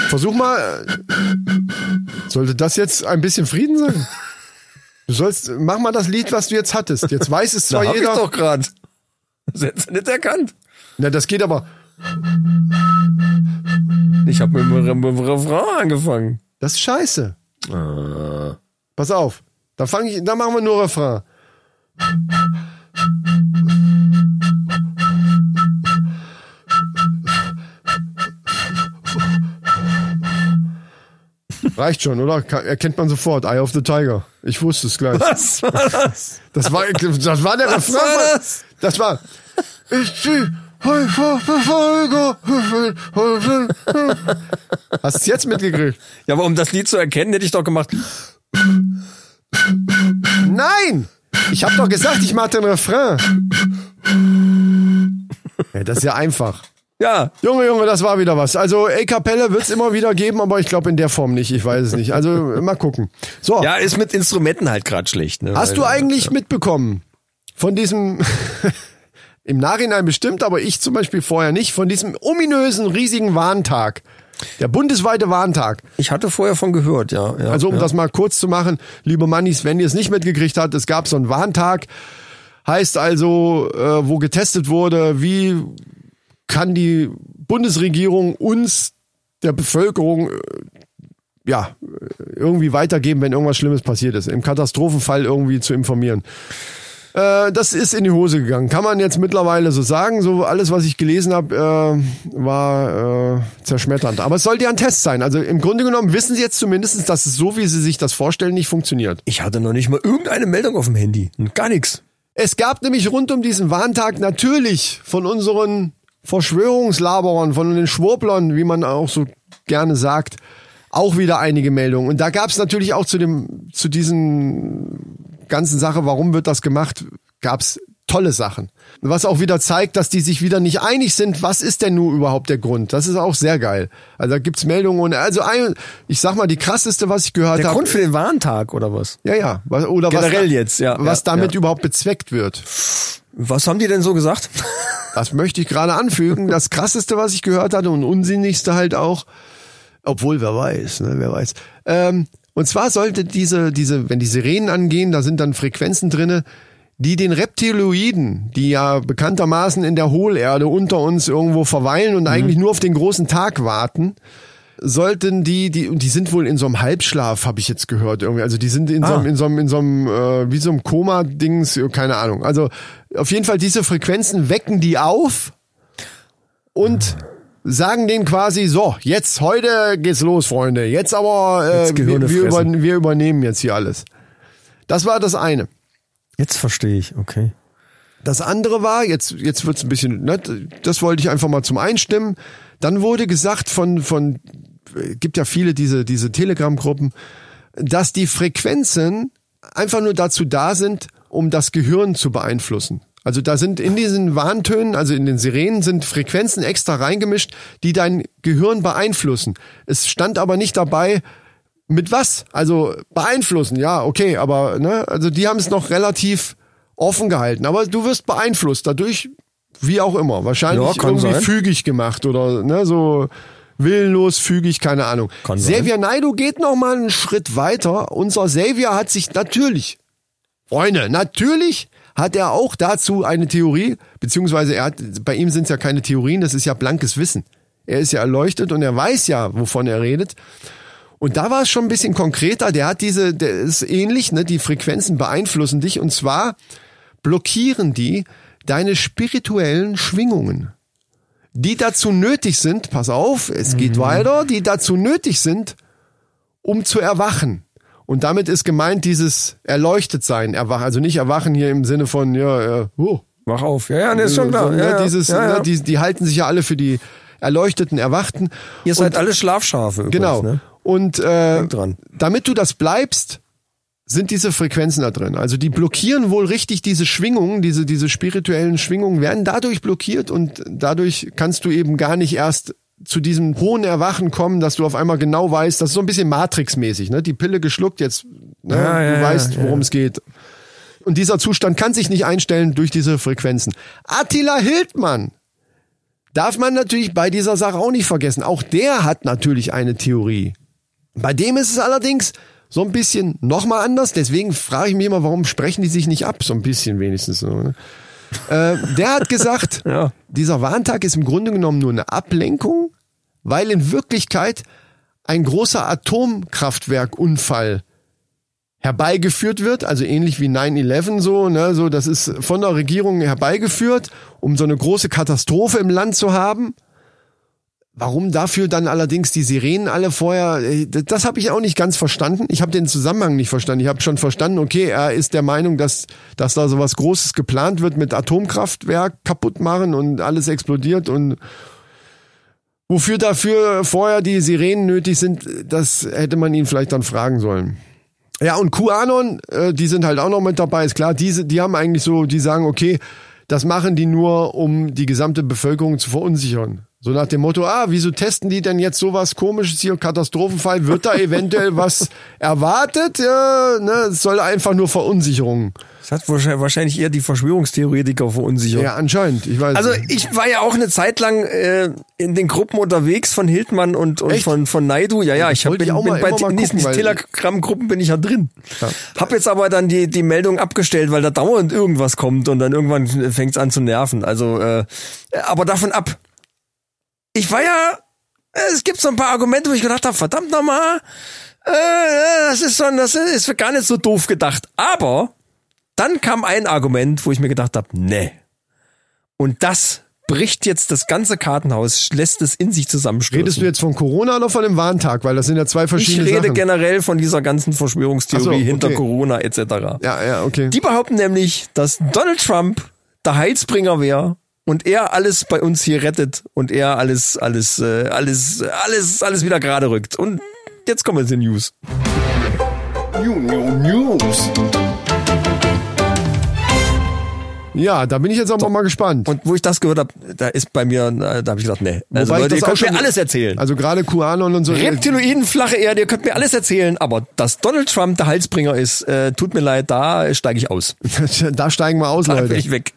A: Versuch mal. äh, Sollte das jetzt ein bisschen Frieden sein? Du sollst, mach mal das Lied, was du jetzt hattest. Jetzt weiß es
B: da
A: zwar
B: hab ich
A: jeder.
B: doch grad. Das hättest du nicht erkannt.
A: Na, das geht aber.
B: Ich habe mit dem Re- mit dem Refrain angefangen.
A: Das ist scheiße.
B: Ah.
A: Pass auf. Da fange ich, da machen wir nur Refrain. Reicht schon, oder? Ka- Erkennt man sofort. Eye of the Tiger. Ich wusste es gleich.
B: Was war das?
A: Das war, das war der Refrain.
B: war das?
A: das war. Ich zieh heute vor Verfolger. Hast es jetzt mitgekriegt?
B: Ja, aber um das Lied zu erkennen, hätte ich doch gemacht.
A: Nein! Ich habe doch gesagt, ich mache den Refrain. Ja, das ist ja einfach.
B: Ja,
A: Junge, Junge, das war wieder was. Also A-Kapelle wird's immer wieder geben, aber ich glaube in der Form nicht. Ich weiß es nicht. Also mal gucken. So,
B: ja, ist mit Instrumenten halt grad schlecht. Ne?
A: hast du
B: Weil-
A: eigentlich mitbekommen von diesem, im Nachhinein bestimmt, aber ich zum Beispiel vorher nicht, von diesem ominösen, riesigen Warntag. Der bundesweite Warntag.
B: Ich hatte vorher von gehört, ja. ja
A: Also um
B: ja.
A: das mal kurz zu machen, liebe Mannis, wenn ihr es nicht mitgekriegt habt, es gab so einen Warntag, heißt also, äh, wo getestet wurde, wie kann die Bundesregierung uns, der Bevölkerung, äh, ja, äh, irgendwie weitergeben, wenn irgendwas Schlimmes passiert ist, im Katastrophenfall irgendwie zu informieren. Äh, Das ist in die Hose gegangen. Kann man jetzt mittlerweile so sagen. So alles, was ich gelesen habe, äh, war äh, zerschmetternd. Aber es sollte ja ein Test sein. Also im Grunde genommen wissen sie jetzt zumindest, dass es so, wie sie sich das vorstellen, nicht funktioniert.
B: Ich hatte noch nicht mal irgendeine Meldung auf dem Handy. Gar nichts.
A: Es gab nämlich rund um diesen Warntag natürlich von unseren Verschwörungslaberern, von den Schwurblern, wie man auch so gerne sagt, auch wieder einige Meldungen. Und da gab es natürlich auch zu dem, zu diesen ganzen Sache, warum wird das gemacht, gab es tolle Sachen. Was auch wieder zeigt, dass die sich wieder nicht einig sind, was ist denn nun überhaupt der Grund? Das ist auch sehr geil. Also da gibt's Meldungen und also ein, ich sag mal, die krasseste, was ich gehört
B: Der
A: habe.
B: Grund für den Warntag oder was?
A: Ja, ja. Was- Oder
B: Generell
A: was,
B: jetzt, ja,
A: Was
B: ja,
A: damit
B: ja.
A: überhaupt bezweckt wird.
B: Was haben die denn so gesagt?
A: Das möchte ich gerade anfügen. Das krasseste, was ich gehört hatte und unsinnigste halt auch, obwohl wer weiß, ne, wer weiß. Ähm, und zwar sollte diese, diese, wenn die Sirenen angehen, da sind dann Frequenzen drinne, die den Reptiloiden, die ja bekanntermaßen in der Hohlerde unter uns irgendwo verweilen und eigentlich nur auf den großen Tag warten, sollten die, die, und die sind wohl in so einem Halbschlaf, habe ich jetzt gehört irgendwie. Also die sind in so einem, in so einem, in so einem, äh, wie so einem Koma-Dings, keine Ahnung. Also auf jeden Fall diese Frequenzen wecken die auf und sagen denen quasi, so, jetzt, heute geht's los, Freunde. Jetzt aber, äh,
B: Jetzt Gehirne
A: wir, wir,
B: fressen.
A: über, wir übernehmen jetzt hier alles. Das war das eine.
B: Jetzt verstehe ich, okay.
A: Das andere war, jetzt, jetzt wird's ein bisschen, ne, das wollte ich einfach mal zum Einstimmen. Dann wurde gesagt von, von, äh, gibt ja viele diese, diese Telegram-Gruppen, dass die Frequenzen einfach nur dazu da sind, um das Gehirn zu beeinflussen. Also da sind in diesen Warntönen, also in den Sirenen, sind Frequenzen extra reingemischt, die dein Gehirn beeinflussen. Es stand aber nicht dabei, mit was? Also beeinflussen, ja, okay, aber ne, also die haben es noch relativ offen gehalten. Aber du wirst beeinflusst dadurch, wie auch immer.
B: Ja,
A: Wahrscheinlich
B: kann
A: irgendwie
B: sein.
A: fügig gemacht oder ne, so willenlos, fügig, keine Ahnung.
B: Kann sein.
A: Xavier Naido geht noch mal einen Schritt weiter. Unser Xavier hat sich natürlich, Freunde, natürlich hat er auch dazu eine Theorie, beziehungsweise er hat, bei ihm sind es ja keine Theorien, das ist ja blankes Wissen. Er ist ja erleuchtet und er weiß ja, wovon er redet. Und da war es schon ein bisschen konkreter. Der hat diese, der ist ähnlich, ne? Die Frequenzen beeinflussen dich und zwar blockieren die deine spirituellen Schwingungen, die dazu nötig sind. Pass auf, es
B: Mhm.
A: geht weiter, die dazu nötig sind, um zu erwachen. Und damit ist gemeint dieses erleuchtet sein, erwachen, also nicht erwachen hier im Sinne von ja, ja, oh,
B: Mach auf. Ja, ja, ne, ist schon klar.
A: ne,
B: Ja, ja.
A: dieses,
B: ja, ja.
A: Ne, die, die halten sich ja alle für die Erleuchteten, Erwachten.
B: Ihr seid
A: Und-
B: alle Schlafschafe. Übrigens,
A: Genau.
B: Ne?
A: Und äh,
B: Denk dran.
A: damit du das bleibst, sind diese Frequenzen da drin. Also die blockieren wohl richtig diese Schwingungen, diese, diese spirituellen Schwingungen werden dadurch blockiert und dadurch kannst du eben gar nicht erst zu diesem hohen Erwachen kommen, dass du auf einmal genau weißt, das ist so ein bisschen Matrix-mäßig, ne? Die Pille geschluckt, jetzt, ne?
B: Ja, ja,
A: du
B: ja,
A: weißt,
B: ja.
A: worum es geht. Und dieser Zustand kann sich nicht einstellen durch diese Frequenzen. Attila Hildmann darf man natürlich bei dieser Sache auch nicht vergessen. Auch der hat natürlich eine Theorie. Bei dem ist es allerdings so ein bisschen nochmal anders. Deswegen frage ich mich immer, warum sprechen die sich nicht ab? So ein bisschen wenigstens. So, ne? äh, der hat gesagt,
B: Ja.
A: dieser Warntag ist im Grunde genommen nur eine Ablenkung, weil in Wirklichkeit ein großer Atomkraftwerkunfall herbeigeführt wird, also ähnlich wie 9-11 so, ne, so, das ist von der Regierung herbeigeführt, um so eine große Katastrophe im Land zu haben. Warum dafür dann allerdings die Sirenen alle vorher, äh, das, das habe ich auch nicht ganz verstanden. Ich habe den Zusammenhang nicht verstanden. Ich habe schon verstanden, okay, er ist der Meinung, dass, dass da sowas Großes geplant wird mit Atomkraftwerk kaputt machen und alles explodiert und wofür dafür vorher die Sirenen nötig sind, das hätte man ihn vielleicht dann fragen sollen. Ja, und QAnon, äh, die sind halt auch noch mit dabei, ist klar. Diese, die haben eigentlich so, die sagen, okay, das machen die nur, um die gesamte Bevölkerung zu verunsichern. So nach dem Motto, ah, wieso testen die denn jetzt sowas komisches hier, Katastrophenfall, wird da eventuell was erwartet? Ja, ne, es soll einfach nur Verunsicherung.
B: Das hat wahrscheinlich- wahrscheinlich eher die Verschwörungstheoretiker verunsichert.
A: Ja, anscheinend, ich weiß
B: Also
A: nicht.
B: ich war ja auch eine Zeit lang äh, in den Gruppen unterwegs von Hildmann und, und
A: Echt?
B: von von Naidu. Ja, ja, ich hab,
A: Wollte
B: bin,
A: ich auch
B: bin
A: mal
B: bei
A: immer mal
B: in diesen
A: gucken, weil-
B: Telegram-Gruppen bin ich ja drin. Hab jetzt aber dann die die Meldung abgestellt, weil da dauernd irgendwas kommt und dann irgendwann fängt's an zu nerven. Also äh, aber davon ab. Ich war ja äh, es gibt so ein paar Argumente, wo ich gedacht habe, verdammt nochmal, äh, äh, das ist schon, das ist gar nicht so doof gedacht. Aber dann kam ein Argument, wo ich mir gedacht habe, nee. Und das bricht jetzt das ganze Kartenhaus, lässt es in sich zusammenstürzen.
A: Redest du jetzt von Corona oder von dem Warntag? Weil das sind ja zwei
B: ich
A: verschiedene
B: rede
A: Sachen.
B: generell von dieser ganzen Verschwörungstheorie
A: Ach so, okay.
B: hinter Corona etc.
A: ja, ja, okay.
B: Die behaupten nämlich, dass Donald Trump der Heilsbringer wäre und er alles bei uns hier rettet und er alles, alles, äh, alles, alles, alles wieder gerade rückt. Und jetzt kommen wir zu den News.
A: ja, da bin ich jetzt aber mal gespannt.
B: Und also wo ich das gehört habe, da ist bei mir, äh, da habe ich gedacht, nee. Also
A: Wobei ich
B: Leute,
A: das
B: ihr
A: auch
B: könnt
A: schon-
B: mir alles erzählen.
A: Also gerade QAnon und so.
B: Reptiloiden, flache Erde, ihr könnt mir alles erzählen, aber dass Donald Trump der Halsbringer ist, äh, tut mir leid, da steige ich aus.
A: da steigen wir aus,
B: Da
A: Leute.
B: bin ich weg.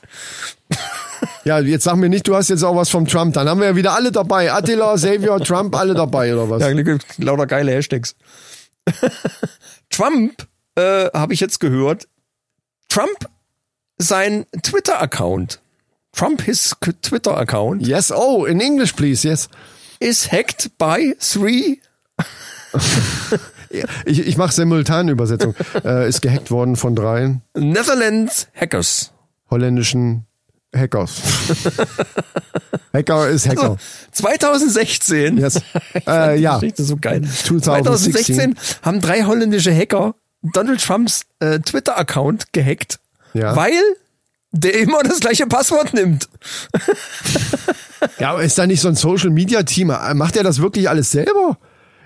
A: Ja, jetzt sag mir nicht, du hast jetzt auch was vom Trump. Dann haben wir ja wieder alle dabei. Attila, Xavier, Trump, alle dabei, oder was?
B: Ja, gibt lauter geile Hashtags. Trump, äh, habe ich jetzt gehört, Trump, sein Twitter-Account, Trump his k- Twitter-Account
A: Yes, oh, in English, please, yes.
B: is hacked by three,
A: Ich, ich mache simultane Übersetzung. äh, ist gehackt worden von drei
B: Netherlands Hackers.
A: holländischen Hackers. Hacker ist Hacker.
B: 2016
A: Yes. Äh, ja.
B: Geschichte so geil.
A: 2016.
B: 2016 haben drei holländische Hacker Donald Trumps äh, Twitter-Account gehackt,
A: Ja.
B: weil der immer das gleiche Passwort nimmt.
A: ja, aber ist da nicht so ein Social Media Team? Äh, Macht er das wirklich alles selber?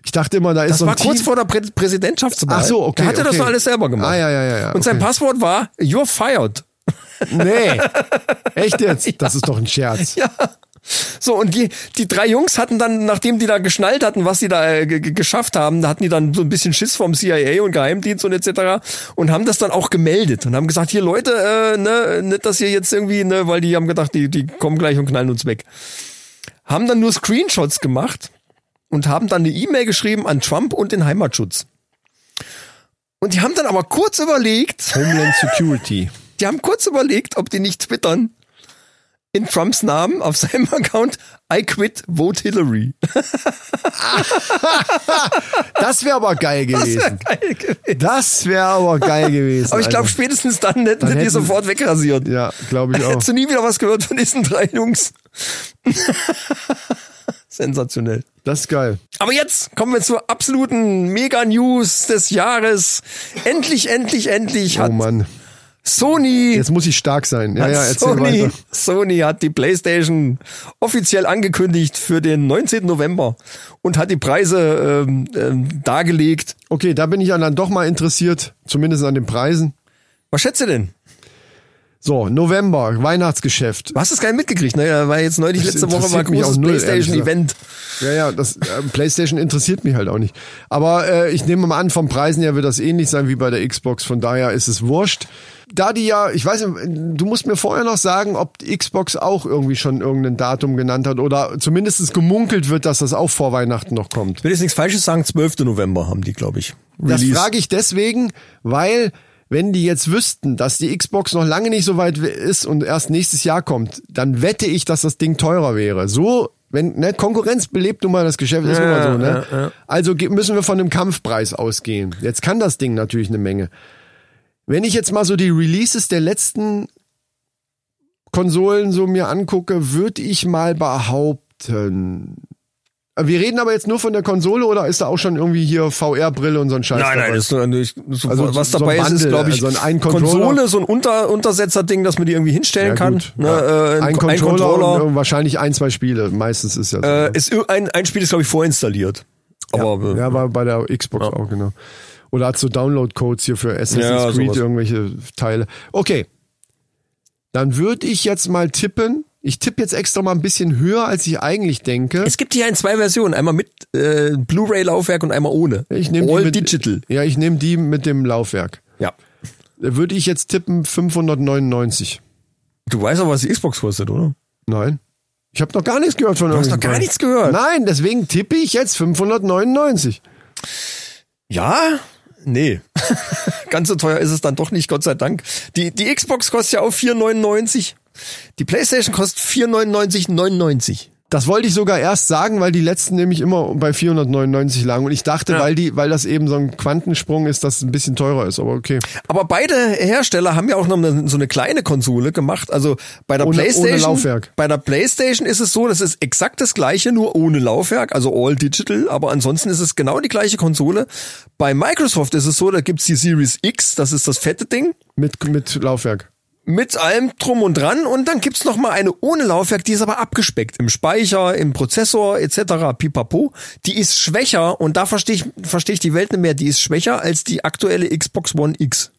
A: Ich dachte immer, da ist
B: Das
A: so ein
B: war
A: Team.
B: kurz vor der Prä Präsidentschaftswahl.
A: Ach so, okay,
B: Da hat er das
A: okay.
B: doch alles selber gemacht.
A: Ah, ja, ja, ja, ja,
B: Und sein
A: okay.
B: Passwort war You're fired.
A: Nee. Echt jetzt? Das ist doch ein Scherz.
B: Ja. So, und die, die drei Jungs hatten dann, nachdem die da geschnallt hatten, was sie da äh, ge- ge- geschafft haben, da hatten die dann so ein bisschen Schiss vom CIA und Geheimdienst und etc. und haben das dann auch gemeldet und haben gesagt, hier Leute, äh, ne, nicht, dass ihr jetzt irgendwie, ne, weil die haben gedacht, die, die kommen gleich und knallen uns weg. Haben dann nur Screenshots gemacht und haben dann eine E-Mail geschrieben an Trump und den Heimatschutz. Und die haben dann aber kurz überlegt,
A: Homeland Security.
B: die haben kurz überlegt, ob die nicht twittern in Trumps Namen auf seinem Account I quit vote Hillary.
A: Das wäre aber geil gewesen.
B: Geil gewesen.
A: Das wäre aber geil gewesen.
B: Aber ich glaube,
A: Alter.
B: spätestens dann hätten sie die
A: hätten-
B: sofort wegrasiert.
A: Ja, glaube ich auch.
B: Hättest du nie wieder was gehört von diesen drei Jungs. Sensationell.
A: Das ist geil.
B: Aber jetzt kommen wir zur absoluten Mega-News des Jahres. Endlich, endlich, endlich
A: Oh
B: hat
A: Mann.
B: Sony
A: Jetzt muss ich stark sein. Ja,
B: Hat
A: ja, erzähl
B: Sony,
A: weiter.
B: Sony hat die PlayStation offiziell angekündigt für den 19. November und hat die Preise ähm, ähm, dargelegt.
A: Okay, da bin ich ja dann doch mal interessiert, zumindest an den Preisen.
B: Was schätzt ihr denn?
A: So, November, Weihnachtsgeschäft.
B: Du hast es gar nicht mitgekriegt, ne? Da War jetzt neulich
A: Das
B: letzte Woche war
A: interessiert mich
B: großes
A: auch null, ehrlich
B: PlayStation-Event.
A: Ja, ja, das äh, PlayStation interessiert mich halt auch nicht. Aber äh, ich nehme mal an, vom Preisen her wird das ähnlich sein wie bei der Xbox. Von daher ist es wurscht. Da die ja, ich weiß, nicht, du musst mir vorher noch sagen, ob die Xbox auch irgendwie schon irgendein Datum genannt hat oder zumindest gemunkelt wird, dass das auch vor Weihnachten noch kommt.
B: Ich will jetzt nichts Falsches sagen, 12. November haben die, glaube ich.
A: Das
B: Release.
A: frage ich deswegen, weil wenn die jetzt wüssten, dass die Xbox noch lange nicht so weit we- ist und erst nächstes Jahr kommt, dann wette ich, dass das Ding teurer wäre. So, wenn ne, Konkurrenz belebt nun mal das Geschäft, ist nun mal so. Ne? Also ge- müssen wir von einem Kampfpreis ausgehen. Jetzt kann das Ding natürlich eine Menge. Wenn ich jetzt mal so die Releases der letzten Konsolen so mir angucke, würde ich mal behaupten. Wir reden aber jetzt nur von der Konsole oder ist da auch schon irgendwie hier VR-Brille und so ein Scheiß?
B: Nein, nein,
A: dabei?
B: ist nur, ich, so,
A: Also
B: was
A: so ein
B: dabei ist, ist
A: Bundle,
B: glaube ich,
A: also ein Controller.
B: Konsole, so ein Unter, Untersetzer-Ding, dass man die irgendwie hinstellen
A: Ja,
B: kann.
A: gut.
B: Ne?
A: Ja.
B: Äh,
A: ein, Controller und äh, wahrscheinlich ein, zwei Spiele. Meistens ist ja so.
B: äh, ist, ir- ein, ein Spiel ist, glaube ich, vorinstalliert. Aber äh,
A: ja, war bei der Xbox auch, genau. Oder hat so Download-Codes hier für Assassin's
B: Ja,
A: Creed,
B: sowas.
A: irgendwelche Teile. Okay. Dann würde ich jetzt mal tippen. Ich tippe jetzt extra mal ein bisschen höher, als ich eigentlich denke.
B: Es gibt hier in zwei Versionen, einmal mit äh, Blu-ray-Laufwerk und einmal ohne.
A: Ich nehme die
B: All
A: mit,
B: Digital.
A: Ja, ich nehme die mit dem Laufwerk.
B: Ja.
A: Da Würde ich jetzt tippen 599.
B: Du weißt aber, was die Xbox kostet, oder?
A: Nein. Ich habe noch gar nichts gehört von Du
B: hast noch gar nichts gehört.
A: Nein, deswegen tippe ich jetzt 599.
B: Ja? Nee. Ganz so teuer ist es dann doch nicht, Gott sei Dank. Die, die Xbox kostet ja auch 4,99. Die PlayStation kostet 4,99, 99.
A: Das wollte ich sogar erst sagen, weil die letzten nämlich immer bei 499 lagen. Und ich dachte, weil, die, weil das eben so ein Quantensprung ist, dass es ein bisschen teurer ist. Aber okay.
B: Aber beide Hersteller haben ja auch noch eine, so eine kleine Konsole gemacht. Also bei der
A: Ohne- ohne
B: PlayStation,
A: Laufwerk.
B: bei der PlayStation ist es so, das ist exakt das gleiche, nur ohne Laufwerk, also all digital. Aber ansonsten ist es genau die gleiche Konsole. Bei Microsoft ist es so, da gibt's die Series X, das ist das fette Ding.
A: Mit, mit Laufwerk.
B: Mit allem drum und dran und dann gibt's noch mal eine ohne Laufwerk, die ist aber abgespeckt im Speicher, im Prozessor etc. Pipapo. Die ist schwächer und da verstehe ich, verstehe ich die Welt nicht mehr. Die ist schwächer als die aktuelle Xbox One X.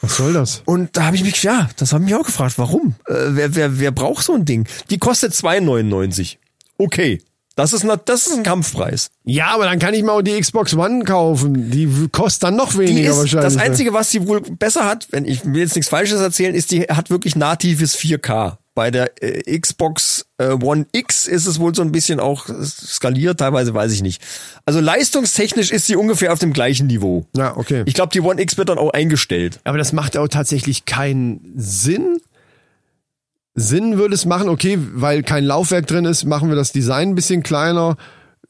A: Was soll das?
B: Und da habe ich mich, ja, das habe ich mich auch gefragt, warum? Äh, wer, wer, wer braucht so ein Ding? Die kostet 2,99. Okay. Das ist, na, das ist ein Kampfpreis.
A: Ja, aber dann kann ich mir auch die Xbox One kaufen. Die w- kostet dann noch
B: Die
A: weniger
B: ist,
A: wahrscheinlich.
B: das Einzige, was sie wohl besser hat, wenn ich will jetzt nichts Falsches erzählen, ist, die hat wirklich natives 4K. Bei der äh, Xbox äh, One X ist es wohl so ein bisschen auch skaliert, teilweise weiß ich nicht. Also leistungstechnisch ist sie ungefähr auf dem gleichen Niveau.
A: Ja, okay.
B: Ich glaube, die One X wird dann auch eingestellt.
A: Aber das macht auch tatsächlich keinen Sinn. Sinn würde es machen, okay, weil kein Laufwerk drin ist, machen wir das Design ein bisschen kleiner.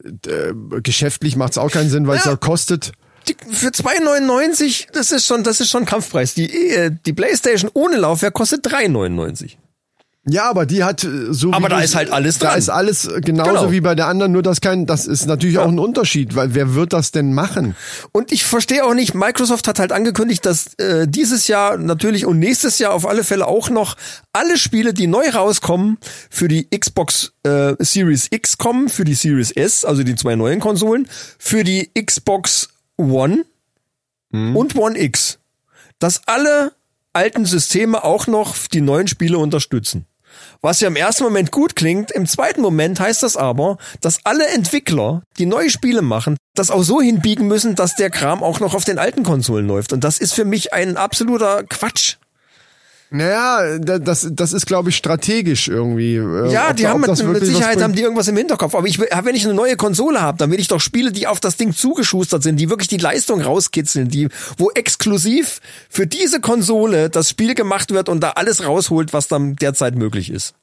A: Äh, geschäftlich macht es auch keinen Sinn, weil es
B: Ja.
A: ja kostet.
B: die, für 2,99, das ist schon, das ist schon Kampfpreis. Die, äh, die Playstation ohne Laufwerk kostet 3,99.
A: Ja, aber die hat äh, so.
B: Aber
A: wie
B: da
A: du-
B: ist halt alles
A: Da
B: dran.
A: ist alles äh, genauso
B: Genau.
A: wie bei der anderen, nur das kein. Das ist natürlich auch ein Unterschied, weil wer wird das denn machen?
B: Und ich verstehe auch nicht, Microsoft hat halt angekündigt, dass äh, dieses Jahr natürlich und nächstes Jahr auf alle Fälle auch noch alle Spiele, die neu rauskommen, für die Xbox äh, Series X kommen, für die Series S, also die zwei neuen Konsolen, für die Xbox One und One X. Dass alle alten Systeme auch noch die neuen Spiele unterstützen. Was ja im ersten Moment gut klingt, im zweiten Moment heißt das aber, dass alle Entwickler, die neue Spiele machen, das auch so hinbiegen müssen, dass der Kram auch noch auf den alten Konsolen läuft. Und das ist für mich ein absoluter Quatsch.
A: Naja, da- das, das ist, glaube ich, strategisch irgendwie. äh,
B: Ja,
A: ob
B: die
A: da-
B: haben
A: ob
B: mit,
A: das
B: mit
A: wirklich was
B: Sicherheit
A: bringt.
B: haben die irgendwas im Hinterkopf. Aber ich will, wenn ich eine neue Konsole habe, dann will ich doch Spiele, die auf das Ding zugeschustert sind, die wirklich die Leistung rauskitzeln, die, wo exklusiv für diese Konsole das Spiel gemacht wird und da alles rausholt, was dann derzeit möglich ist.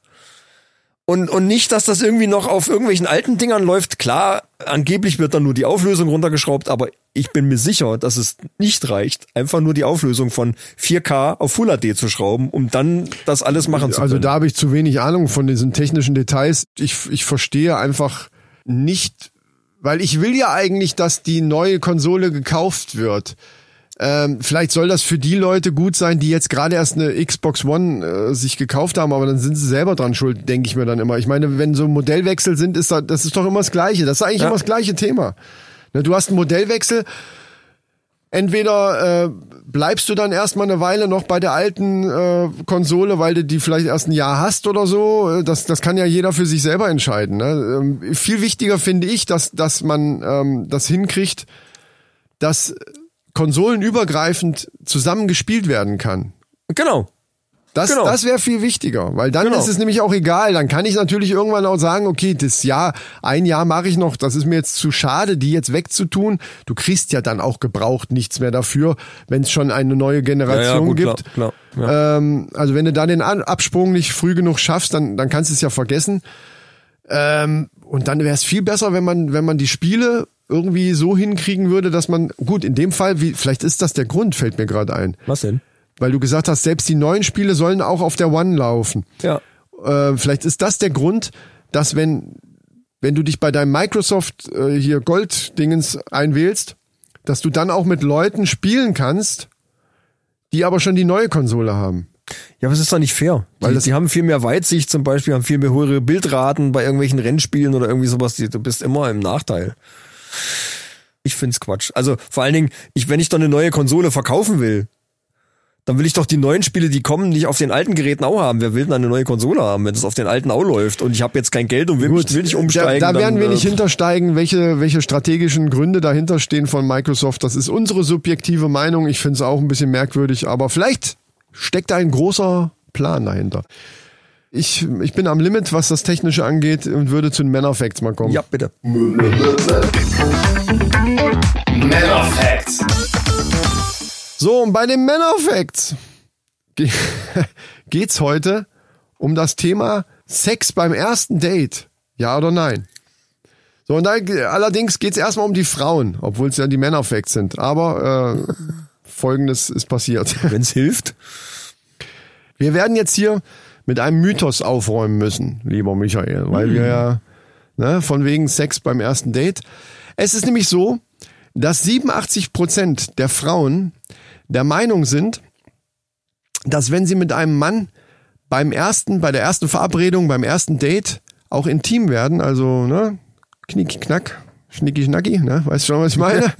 B: Und, und nicht, dass das irgendwie noch auf irgendwelchen alten Dingern läuft. Klar, angeblich wird dann nur die Auflösung runtergeschraubt, aber ich bin mir sicher, dass es nicht reicht, einfach nur die Auflösung von 4K auf Full HD zu schrauben, um dann das alles machen zu können.
A: Also da habe ich zu wenig Ahnung von diesen technischen Details. Ich, ich verstehe einfach nicht, weil ich will ja eigentlich, dass die neue Konsole gekauft wird. Ähm, vielleicht soll das für die Leute gut sein, die jetzt gerade erst eine Xbox One äh, sich gekauft haben, aber dann sind sie selber dran schuld, denke ich mir dann immer. Ich meine, wenn so Modellwechsel sind, ist das, das ist doch immer das Gleiche. Das ist eigentlich immer das gleiche Thema. Ne, du hast einen Modellwechsel, entweder äh, bleibst du dann erstmal eine Weile noch bei der alten äh, Konsole, weil du die vielleicht erst ein Jahr hast oder so. Äh, Das, das kann ja jeder für sich selber entscheiden. Ne? Ähm, viel wichtiger finde ich, dass, dass man ähm, das hinkriegt, dass äh, konsolenübergreifend zusammen gespielt werden kann.
B: genau.
A: Das,
B: Genau.
A: das wäre viel wichtiger, weil dann
B: Genau.
A: ist es nämlich auch egal. Dann kann ich natürlich irgendwann auch sagen, okay, das Jahr, ein Jahr mache ich noch, das ist mir jetzt zu schade, die jetzt wegzutun. Du kriegst ja dann auch gebraucht nichts mehr dafür, wenn es schon eine neue Generation
B: gut,
A: gibt.
B: Klar, klar, ja.
A: Ähm, also wenn du da den An- Absprung nicht früh genug schaffst, dann, dann kannst du es ja vergessen. Ähm, und dann wäre es viel besser, wenn man, wenn man die Spiele irgendwie so hinkriegen würde, dass man, gut, in dem Fall, wie, vielleicht ist das der Grund, fällt mir gerade ein.
B: Was denn?
A: Weil du gesagt hast, selbst die neuen Spiele sollen auch auf der One laufen.
B: Ja.
A: Äh, vielleicht ist das der Grund, dass wenn, wenn du dich bei deinem Microsoft äh, hier Gold-Dingens einwählst, dass du dann auch mit Leuten spielen kannst, die aber schon die neue Konsole haben.
B: Ja, aber es ist doch nicht fair.
A: Weil
B: die,
A: das-
B: die haben viel mehr Weitsicht zum Beispiel, haben viel mehr höhere Bildraten bei irgendwelchen Rennspielen oder irgendwie sowas. Die- Du bist immer im Nachteil. Ich find's Quatsch. Also vor allen Dingen, ich, wenn ich doch eine neue Konsole verkaufen will, dann will ich doch die neuen Spiele, die kommen, nicht auf den alten Geräten auch haben. Wer will denn eine neue Konsole haben, wenn es auf den alten auch läuft und ich habe jetzt kein Geld und will, will nicht umsteigen?
A: Da, da werden
B: dann,
A: wir
B: äh,
A: nicht hintersteigen, welche, welche strategischen Gründe dahinter stehen von Microsoft. Das ist unsere subjektive Meinung. Ich finde es auch ein bisschen merkwürdig, aber vielleicht steckt da ein großer Plan dahinter. Ich, ich bin am Limit, was das Technische angeht und würde zu den Männerfacts mal kommen.
B: Ja, bitte.
A: So, und bei den Männerfacts ge- geht's heute um das Thema Sex beim ersten Date. Ja oder nein? So, und da, allerdings geht's erstmal um die Frauen, obwohl es ja die Männerfacts sind. Aber äh, folgendes ist passiert.
B: Wenn's hilft.
A: Wir werden jetzt hier mit einem Mythos aufräumen müssen, lieber Michael, weil
B: Hm.
A: wir ja ne, von wegen Sex beim ersten Date. Es ist nämlich so, dass 87 Prozent der Frauen der Meinung sind, dass wenn sie mit einem Mann beim ersten, bei der ersten Verabredung, beim ersten Date auch intim werden, also ne, knicki knack, schnicki schnacki, ne, weißt schon, was ich meine?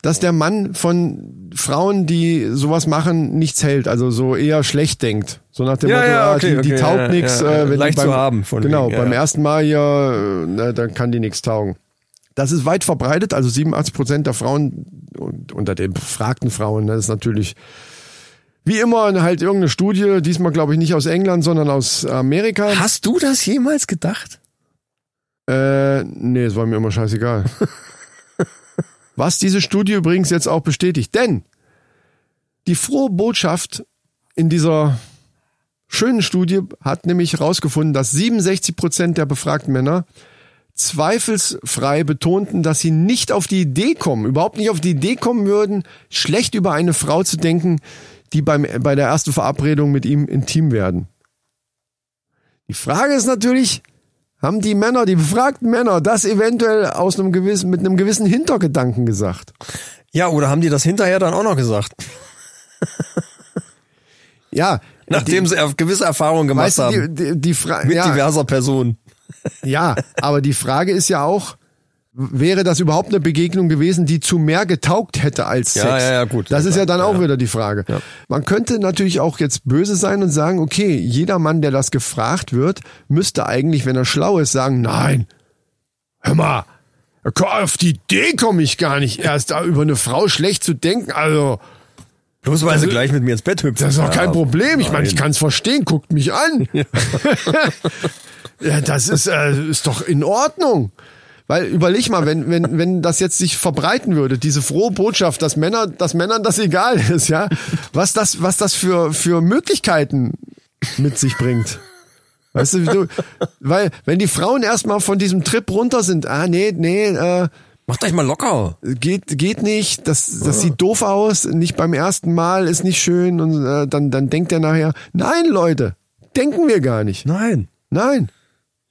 A: Dass der Mann von Frauen, die sowas machen, nichts hält, also so eher schlecht denkt. So nach dem
B: Ja,
A: Motto,
B: ja,
A: ah,
B: okay,
A: die, die
B: okay,
A: taugt
B: ja, ja,
A: nix.
B: ja,
A: äh, wenn die
B: leicht
A: beim,
B: zu haben von
A: Genau,
B: wegen, ja,
A: beim
B: ja.
A: ersten Mal hier, äh, na, dann kann die nichts taugen. Das ist weit verbreitet, also 87 Prozent der Frauen und unter den befragten Frauen, das ist natürlich wie immer halt irgendeine Studie, diesmal glaube ich nicht aus England, sondern aus Amerika.
B: Hast du das jemals gedacht?
A: Äh, nee, es war mir immer scheißegal. Was diese Studie übrigens jetzt auch bestätigt. Denn die frohe Botschaft in dieser schönen Studie hat nämlich herausgefunden, dass 67 Prozent der befragten Männer zweifelsfrei betonten, dass sie nicht auf die Idee kommen, überhaupt nicht auf die Idee kommen würden, schlecht über eine Frau zu denken, die beim, bei der ersten Verabredung mit ihm intim werden. Die Frage ist natürlich, haben die Männer, die befragten Männer, das eventuell aus einem gewissen, mit einem gewissen Hintergedanken gesagt?
B: Ja, oder haben die das hinterher dann auch noch gesagt?
A: Ja.
B: Nachdem sie er- gewisse Erfahrungen gemacht
A: weißt du,
B: haben.
A: die, die, die Fra
B: mit
A: ja,
B: diverser Personen.
A: ja, aber die Frage ist ja auch, wäre das überhaupt eine Begegnung gewesen, die zu mehr getaugt hätte als
B: Ja,
A: Sex?
B: ja, ja, gut.
A: Das
B: Ja,
A: ist ja
B: klar.
A: dann auch wieder die Frage. Man könnte natürlich auch jetzt böse sein und sagen, okay, jeder Mann, der das gefragt wird, müsste eigentlich, wenn er schlau ist, sagen, nein, hör mal, auf die Idee komme ich gar nicht erst, da über eine Frau schlecht zu denken, also...
B: Bloß weil sie gleich mit mir ins Bett hüpft.
A: Das ist doch
B: Ja,
A: kein Problem. Ich meine, ich
B: nein.
A: kann es verstehen. Guckt mich an. ja, das ist, äh, ist doch in Ordnung. Weil überleg mal, wenn, wenn, wenn das jetzt sich verbreiten würde, diese frohe Botschaft, dass Männer, dass Männern das egal ist, ja, was das, was das für, für Möglichkeiten mit sich bringt. Weißt du, wie du, weil, wenn die Frauen erstmal von diesem Trip runter sind, ah, nee, nee, äh,
B: Macht euch mal locker.
A: geht geht nicht, das
B: Ah.
A: das sieht doof aus, nicht beim ersten Mal ist nicht schön und äh, dann dann denkt er nachher, nein Leute, denken wir gar nicht,
B: Nein.
A: nein.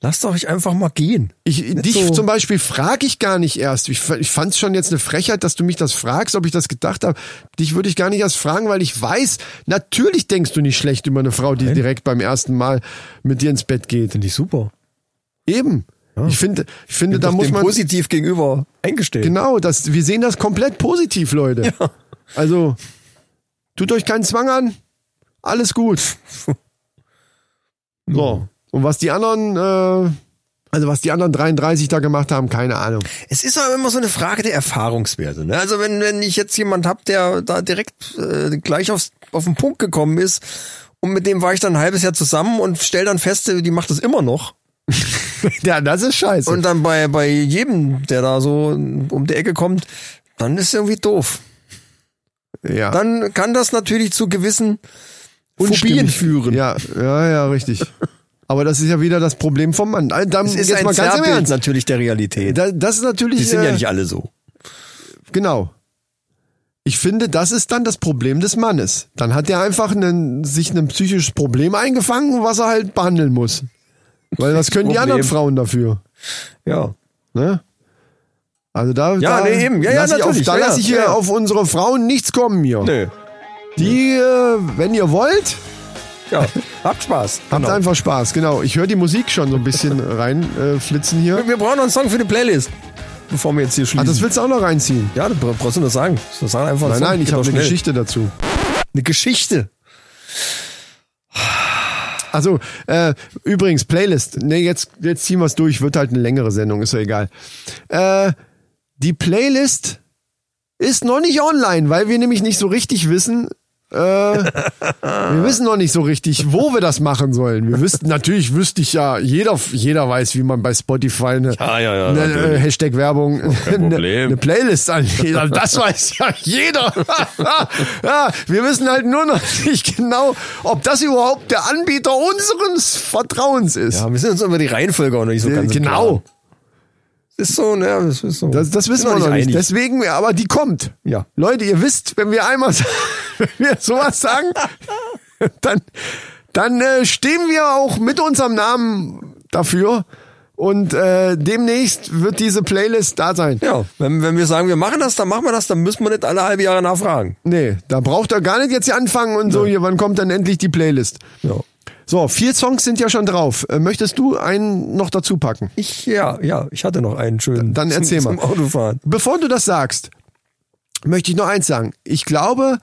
B: Lasst euch einfach mal gehen.
A: Ich, dich
B: so.
A: zum Beispiel frage ich gar nicht erst. Ich, f- ich fand es schon jetzt eine Frechheit, dass du mich das fragst, ob ich das gedacht habe. Dich würde ich gar nicht erst fragen, weil ich weiß, natürlich denkst du nicht schlecht über eine Frau, die direkt beim ersten Mal mit dir ins Bett geht.
B: Finde ich super. Ah.
A: Eben. Ich finde, ich finde, da
B: Doch
A: muss
B: dem
A: man
B: positiv gegenüber eingestellt.
A: Genau, das, wir sehen das komplett positiv, Leute. Also, tut euch keinen Zwang an, alles gut. So. Und was die anderen, äh, also was die anderen 33 da gemacht haben, keine Ahnung.
B: Es ist aber immer so eine Frage der Erfahrungswerte. Ne? Also wenn, wenn ich jetzt jemand hab, der da direkt äh, gleich aufs, auf den Punkt gekommen ist und mit dem war ich dann ein halbes Jahr zusammen und stell dann fest, die macht das immer noch.
A: Ja, das ist scheiße.
B: Und dann bei, bei jedem, der da so um die Ecke kommt, dann ist irgendwie doof.
A: ja.
B: Dann kann das natürlich zu gewissen Phobien
A: Unstimmig.
B: führen.
A: Ja, ja, ja, richtig. Aber das ist ja wieder das Problem vom Mann. Also, Dann,
B: Es ist
A: jetzt
B: ein
A: mal ganz im
B: Zerrbild
A: Ernst.
B: natürlich der Realität.
A: Da, das ist natürlich.
B: Die sind ja
A: äh,
B: nicht alle so.
A: Genau. Ich finde, das ist dann das Problem des Mannes. Dann hat er einfach einen, sich ein psychisches Problem eingefangen, was er halt behandeln muss. Weil was können die
B: Problem.
A: anderen Frauen dafür?
B: Ja.
A: Ne? Also da,
B: Ja,
A: da
B: nee, eben. Ja, ja,
A: lass ich auf,
B: natürlich.
A: da
B: Ja,
A: lasse ich
B: ja,
A: hier
B: ja.
A: auf unsere Frauen nichts kommen hier.
B: Nö.
A: Die, äh, wenn ihr wollt,
B: Ja. Habt Spaß.
A: habt
B: Genau.
A: einfach Spaß. Genau. Ich höre die Musik schon so ein bisschen reinflitzen äh, flitzen hier.
B: Wir brauchen noch einen Song für die Playlist, bevor wir jetzt hier
A: Ah,
B: schließen.
A: das willst du auch noch reinziehen?
B: ja, das bra- brauchst du nur sagen. Das sagen einfach
A: Nein,
B: so.
A: nein,
B: Geht
A: ich
B: doch
A: habe eine
B: schnell.
A: Geschichte dazu.
B: Eine Geschichte.
A: Also, äh, übrigens, Playlist. Ne, jetzt, jetzt ziehen wir es durch. Wird halt eine längere Sendung, ist ja egal. Äh, die Playlist ist noch nicht online, weil wir nämlich nicht so richtig wissen. Äh, wir wissen noch nicht so richtig, wo wir das machen sollen. Wir wüssten, natürlich wüsste ich ja, jeder, jeder weiß, wie man bei Spotify eine,
B: Ja, ja, ja,
A: eine
B: natürlich.
A: äh, Hashtag Werbung, eine,
B: Problem.
A: eine Playlist angeht. Also Das weiß ja jeder. ja, wir wissen halt nur noch nicht genau, ob das überhaupt der Anbieter unseres Vertrauens ist.
B: Ja, wir sind uns über die Reihenfolge auch noch nicht so
A: Äh,
B: ganz im
A: genau.
B: Klaren. Ist so, ne? Das ist so.
A: Das, das wissen wir
B: Sind
A: noch nicht.
B: einig.
A: Deswegen, aber die kommt.
B: Ja.
A: Leute, ihr wisst, wenn wir einmal sa- wenn wir sowas sagen, dann, dann äh, stehen wir auch mit unserem Namen dafür. Und äh, demnächst wird diese Playlist da sein.
B: ja, wenn, wenn wir sagen, wir machen das, dann machen wir das, dann müssen wir nicht alle halbe Jahre nachfragen.
A: Nee, da braucht er gar nicht jetzt hier anfangen und so, hier, wann kommt dann endlich die Playlist?
B: Ja.
A: So, vier Songs sind ja schon drauf. Äh, Möchtest du einen noch dazu packen?
B: Ich, ja, ja, ich hatte noch einen schönen.
A: Dann erzähl
B: zum,
A: mal.
B: Zum Autofahren.
A: Bevor du das sagst, möchte ich noch eins sagen. Ich glaube,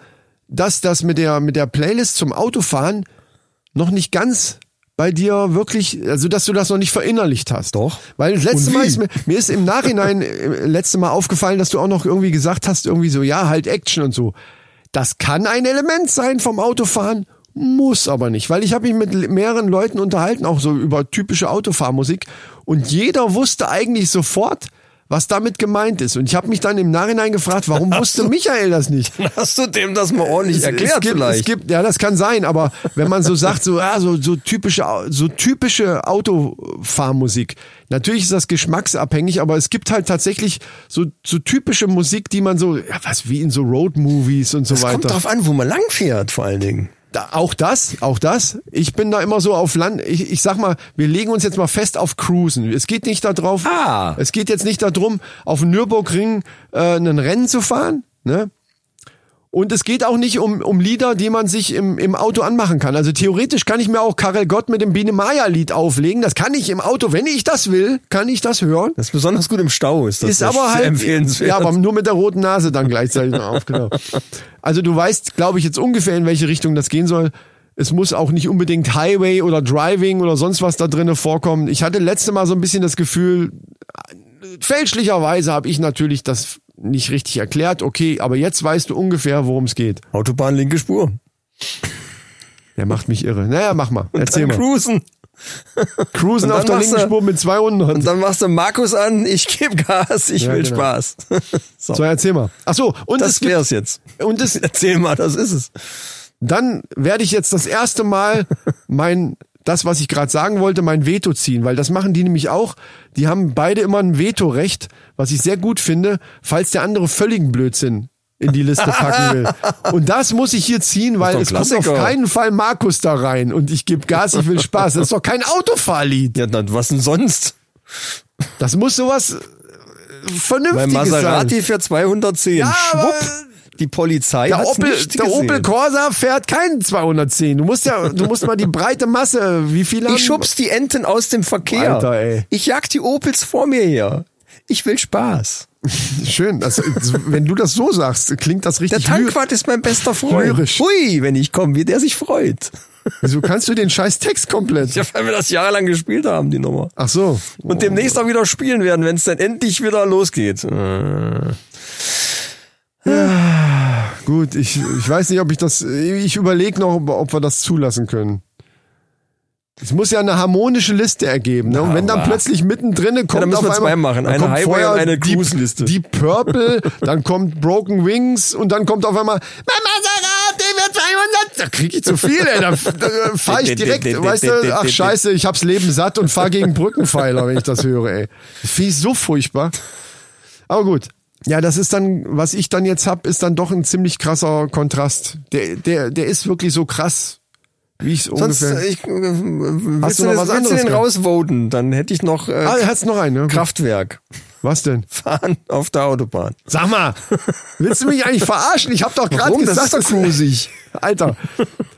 A: dass das mit der, mit der Playlist zum Autofahren noch nicht ganz bei dir wirklich, also dass du das noch nicht verinnerlicht hast.
B: Doch.
A: Weil das letzte
B: Und
A: Mal
B: wie?
A: ist mir, mir ist im Nachhinein äh, letzte Mal aufgefallen, dass du auch noch irgendwie gesagt hast, irgendwie so, ja, halt Action und so. Das kann ein Element sein vom Autofahren, muss aber nicht, weil ich habe mich mit mehreren Leuten unterhalten, auch so über typische Autofahrmusik und jeder wusste eigentlich sofort, was damit gemeint ist. Und ich habe mich dann im Nachhinein gefragt, warum wusste Michael das nicht?
B: Hast du dem das mal ordentlich
A: es
B: erklärt
A: gibt,
B: vielleicht?
A: Es gibt, ja, das kann sein, aber wenn man so sagt, so, ja, so, so typische, Au- so typische Autofahrmusik. Natürlich ist das geschmacksabhängig, aber es gibt halt tatsächlich so, so typische Musik, die man so, ja, was, wie in so Roadmovies und so
B: es
A: weiter.
B: kommt drauf an, wo man lang fährt, vor allen Dingen.
A: Da, auch das, auch das. Ich bin da immer so auf Land. Ich, ich sag mal, wir legen uns jetzt mal fest auf Cruisen. Es geht nicht darauf.
B: Ah.
A: Es geht jetzt nicht darum, auf dem Nürburgring äh, einen Rennen zu fahren, ne? Und es geht auch nicht um, um Lieder, die man sich im, im Auto anmachen kann. Also theoretisch kann ich mir auch Karel Gott mit dem Biene Maya Lied auflegen. Das kann ich im Auto, wenn ich das will, kann ich das hören.
B: Das ist besonders gut im Stau, ist das
A: ist
B: sehr
A: aber halt
B: empfehlenswert.
A: Ja, aber nur mit der roten Nase dann gleichzeitig noch auf, genau. Also du weißt, glaube ich, jetzt ungefähr, in welche Richtung das gehen soll. Es muss auch nicht unbedingt Highway oder Driving oder sonst was da drinne vorkommen. Ich hatte letzte Mal so ein bisschen das Gefühl, fälschlicherweise habe ich natürlich das nicht richtig erklärt. Okay, aber jetzt weißt du ungefähr, worum es geht.
B: Autobahn linke Spur.
A: Der macht mich irre. Naja, mach mal. Erzähl mal.
B: Dann cruisen.
A: Cruisen
B: und dann
A: auf der
B: machst
A: linken
B: du-
A: Spur mit 200.
B: Und dann machst du Markus an, ich gebe Gas, ich
A: Ja,
B: will
A: genau.
B: Spaß. so,
A: So, erzähl mal. Ach so, und es
B: das
A: gibt,
B: wär's jetzt.
A: und es,
B: Erzähl mal, das ist es.
A: dann werde ich jetzt das erste Mal mein das, was ich gerade sagen wollte, mein Veto ziehen, weil das machen die nämlich auch. Die haben beide immer ein Vetorecht, was ich sehr gut finde, falls der andere völligen Blödsinn in die Liste packen will. Und das muss ich hier ziehen, weil es
B: Das ist doch ein
A: kommt auf
B: Klassiker.
A: keinen Fall Markus da rein und ich gebe Gas, ich will Spaß. Das ist doch kein Autofahrlied.
B: Ja, dann was denn sonst?
A: Das muss sowas äh,
B: Bei
A: Vernünftiges sein.
B: Maserati für 210.
A: halt- Ja, aber-
B: Schwupp. Die Polizei
A: Der
B: hat's
A: Opel,
B: nicht
A: der
B: gesehen.
A: Opel Corsa fährt keinen 210. Du musst ja, du musst mal die breite Masse, wie viele haben-
B: Ich schubs die Enten aus dem Verkehr.
A: Alter, ey.
B: Ich jag die Opels vor mir her. Ich will Spaß.
A: Schön, das, wenn du das so sagst, klingt das
B: Der
A: richtig lyrisch.
B: Tankwart ist mein bester Freund.
A: Lyrisch.
B: Hui, wenn ich komme, wie der sich freut.
A: Wieso kannst du den scheiß Text komplett?
B: Ja, weil wir das jahrelang gespielt haben, die Nummer.
A: Ach so.
B: Und demnächst auch wieder spielen werden, wenn es dann endlich wieder losgeht. Äh.
A: Gut, ich, ich weiß nicht, ob ich das, ich überlege noch, ob- ob wir das zulassen können. Es muss ja eine harmonische Liste ergeben. Ne? Und wenn dann
B: aber-
A: plötzlich mittendrin kommt
B: dann müssen
A: auf
B: wir zwei
A: einmal,
B: machen.
A: dann
B: Eine
A: kommt
B: Highway
A: vorher
B: und eine
A: Deep-
B: Cruise-Liste.
A: Deep Purple, dann kommt Broken Wings und dann kommt auf einmal mein Maserati wird 200. Da krieg ich zu viel, ey. Da, da fahr ich direkt, weißt du, ach scheiße, ich hab's Leben satt und fahr gegen Brückenpfeiler, wenn ich das höre, ey. Das Finde ich so furchtbar. Aber gut. Ja, das ist dann, was ich dann jetzt hab, ist dann doch ein ziemlich krasser Kontrast. Der, der, der ist wirklich so krass, wie ich es
B: Sonst,
A: ungefähr...
B: äh, ich, äh, willst
A: du noch
B: das-
A: was
B: willst
A: anderes
B: du den
A: gehabt?
B: rausvoten? Dann hätte ich noch äh,
A: ah, er hat's noch einen, ne?
B: Kraftwerk
A: Was denn?
B: fahren auf der Autobahn.
A: Sag mal, willst du mich eigentlich verarschen? Ich hab doch gerade
B: Warum? Das
A: gesagt,
B: ist doch
A: das ist grusig. Alter,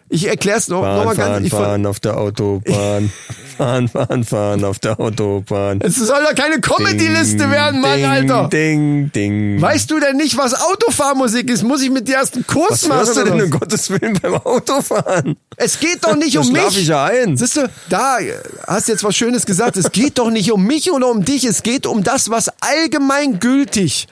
A: ich erklär's noch, noch
B: Fahren,
A: mal
B: fahren,
A: ganz. Ich, ver-
B: fahren auf der Autobahn. fahren, fahren, fahren auf der Autobahn.
A: es soll doch keine Comedy-Liste
B: Ding,
A: werden, Mann,
B: ding,
A: Alter.
B: Ding, ding.
A: Weißt du denn nicht, was Autofahrmusik ist? Muss ich mit dir erst einen Kurs
B: was
A: machen?
B: machst du
A: oder
B: denn
A: was?
B: um Gottes Willen beim Autofahren?
A: Es geht doch nicht
B: Da
A: um
B: schlaf
A: mich.
B: ich ja ein.
A: Siehst du, da äh, hast jetzt was Schönes gesagt. Es geht doch nicht um mich oder um dich. Es geht um das, was allgemeingültig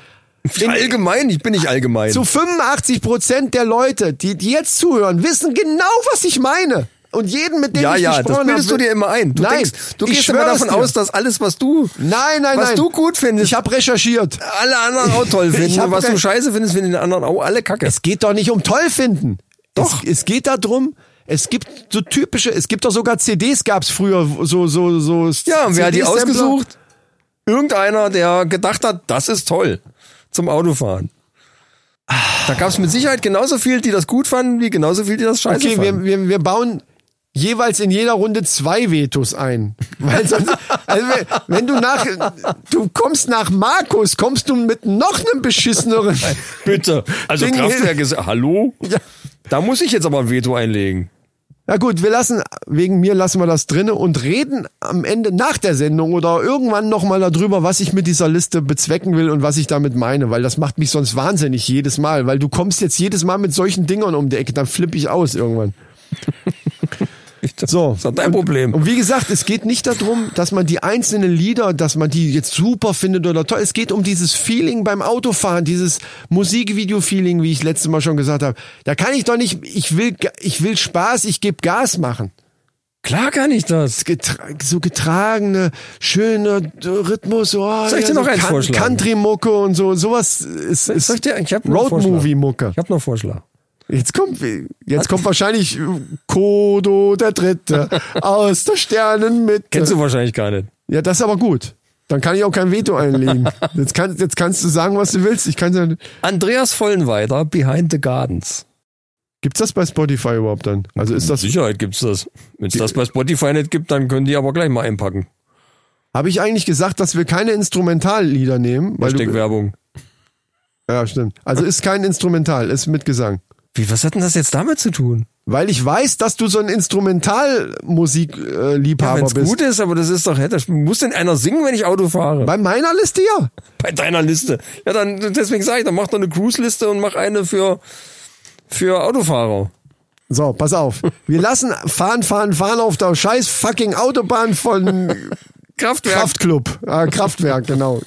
B: Allgemein, ich bin nicht allgemein.
A: zu 85 Prozent der Leute, die, die jetzt zuhören, wissen genau, was ich meine. Und jeden, mit dem
B: ja,
A: ich
B: ja,
A: gesprochen
B: das bildest
A: habe,
B: du dir immer ein. Du,
A: nein,
B: denkst, du
A: ich
B: gehst immer
A: schwöre es
B: davon
A: dir.
B: aus, dass alles, was du,
A: Nein, nein,
B: was
A: nein.
B: du gut findest,
A: Ich habe recherchiert.
B: alle anderen auch toll
A: Ich
B: finden.
A: hab
B: Und was
A: recht.
B: du scheiße findest, finden die anderen auch alle kacke.
A: Es geht doch nicht um toll finden. Doch. Es, es geht darum, es gibt so typische, es gibt doch sogar CDs gab's früher, so, so, so.
B: Ja, und wer hat die
A: CD-Sampler.
B: ausgesucht? Irgendeiner, der gedacht hat, das ist toll zum Autofahren. Da gab es mit Sicherheit genauso viel, die das gut fanden, wie genauso viel, die das scheiße
A: Okay,
B: fanden.
A: wir, wir, wir bauen jeweils in jeder Runde zwei Vetos ein. Weil sonst, also wenn, wenn du nach, du kommst nach Markus, kommst du mit noch einem beschisseneren.
B: Bitte. Also
A: Ding
B: Kraftwerk ist, hallo?
A: Ja.
B: Da muss ich jetzt aber ein Veto einlegen.
A: Na gut, wir lassen, wegen mir lassen wir das drinne und reden am Ende nach der Sendung oder irgendwann nochmal darüber, was ich mit dieser Liste bezwecken will und was ich damit meine, weil das macht mich sonst wahnsinnig jedes Mal, weil du kommst jetzt jedes Mal mit solchen Dingern um die Ecke, dann flippe ich aus irgendwann. So.
B: ist doch dein
A: und,
B: Problem.
A: Und wie gesagt, es geht nicht darum, dass man die einzelnen Lieder, dass man die jetzt super findet oder toll. Es geht um dieses Feeling beim Autofahren, dieses Musikvideo-Feeling, wie ich letztes Mal schon gesagt habe. Da kann ich doch nicht, ich will, Ga- ich will Spaß, ich gebe Gas machen.
B: Klar kann ich das.
A: Getra so getragene, schöne äh, Rhythmus, so, oh,
B: Soll ich dir
A: ja,
B: noch
A: so
B: eins vorschlagen?
A: Country-Mucke und so, sowas ist, ist
B: Soll ich dir- ich hab noch einen Vorschlag.
A: Road-Movie-Mucke.
B: Ich habe noch einen Vorschlag.
A: Jetzt kommt, jetzt kommt wahrscheinlich äh, Kodo der Dritte aus der Sternenmitte.
B: Kennst du wahrscheinlich gar nicht.
A: Ja, das ist aber gut. Dann kann ich auch kein Veto einlegen. Jetzt, kann, jetzt kannst du sagen, was du willst. Ich kann ja,
B: Andreas Vollenweider, Behind the Gardens.
A: gibt's das bei Spotify überhaupt dann? Also ist das,
B: Sicherheit gibt's das. Wenn es das bei Spotify nicht gibt, dann können die aber gleich mal einpacken.
A: habe ich eigentlich gesagt, dass wir keine Instrumentallieder nehmen? Weil du,
B: Hashtag Werbung.
A: Ja, stimmt. Also ist kein Instrumental, ist mit Gesang.
B: Wie, was hat denn das jetzt damit zu tun?
A: Weil ich weiß, dass du so ein Instrumentalmusikliebhaber äh,
B: Ja,
A: Liebhaber
B: wenn es
A: bist.
B: gut ist, aber das ist doch, hä, das muss denn einer singen, wenn ich Auto fahre?
A: Bei meiner Liste ja.
B: Bei deiner Liste. Ja, dann, deswegen sage ich, dann mach doch eine Cruise-Liste und mach eine für, für Autofahrer.
A: So, pass auf. Wir lassen fahren, fahren, fahren auf der scheiß fucking Autobahn von
B: Kraftwerk.
A: Kraftclub. Ah, Kraftwerk, genau.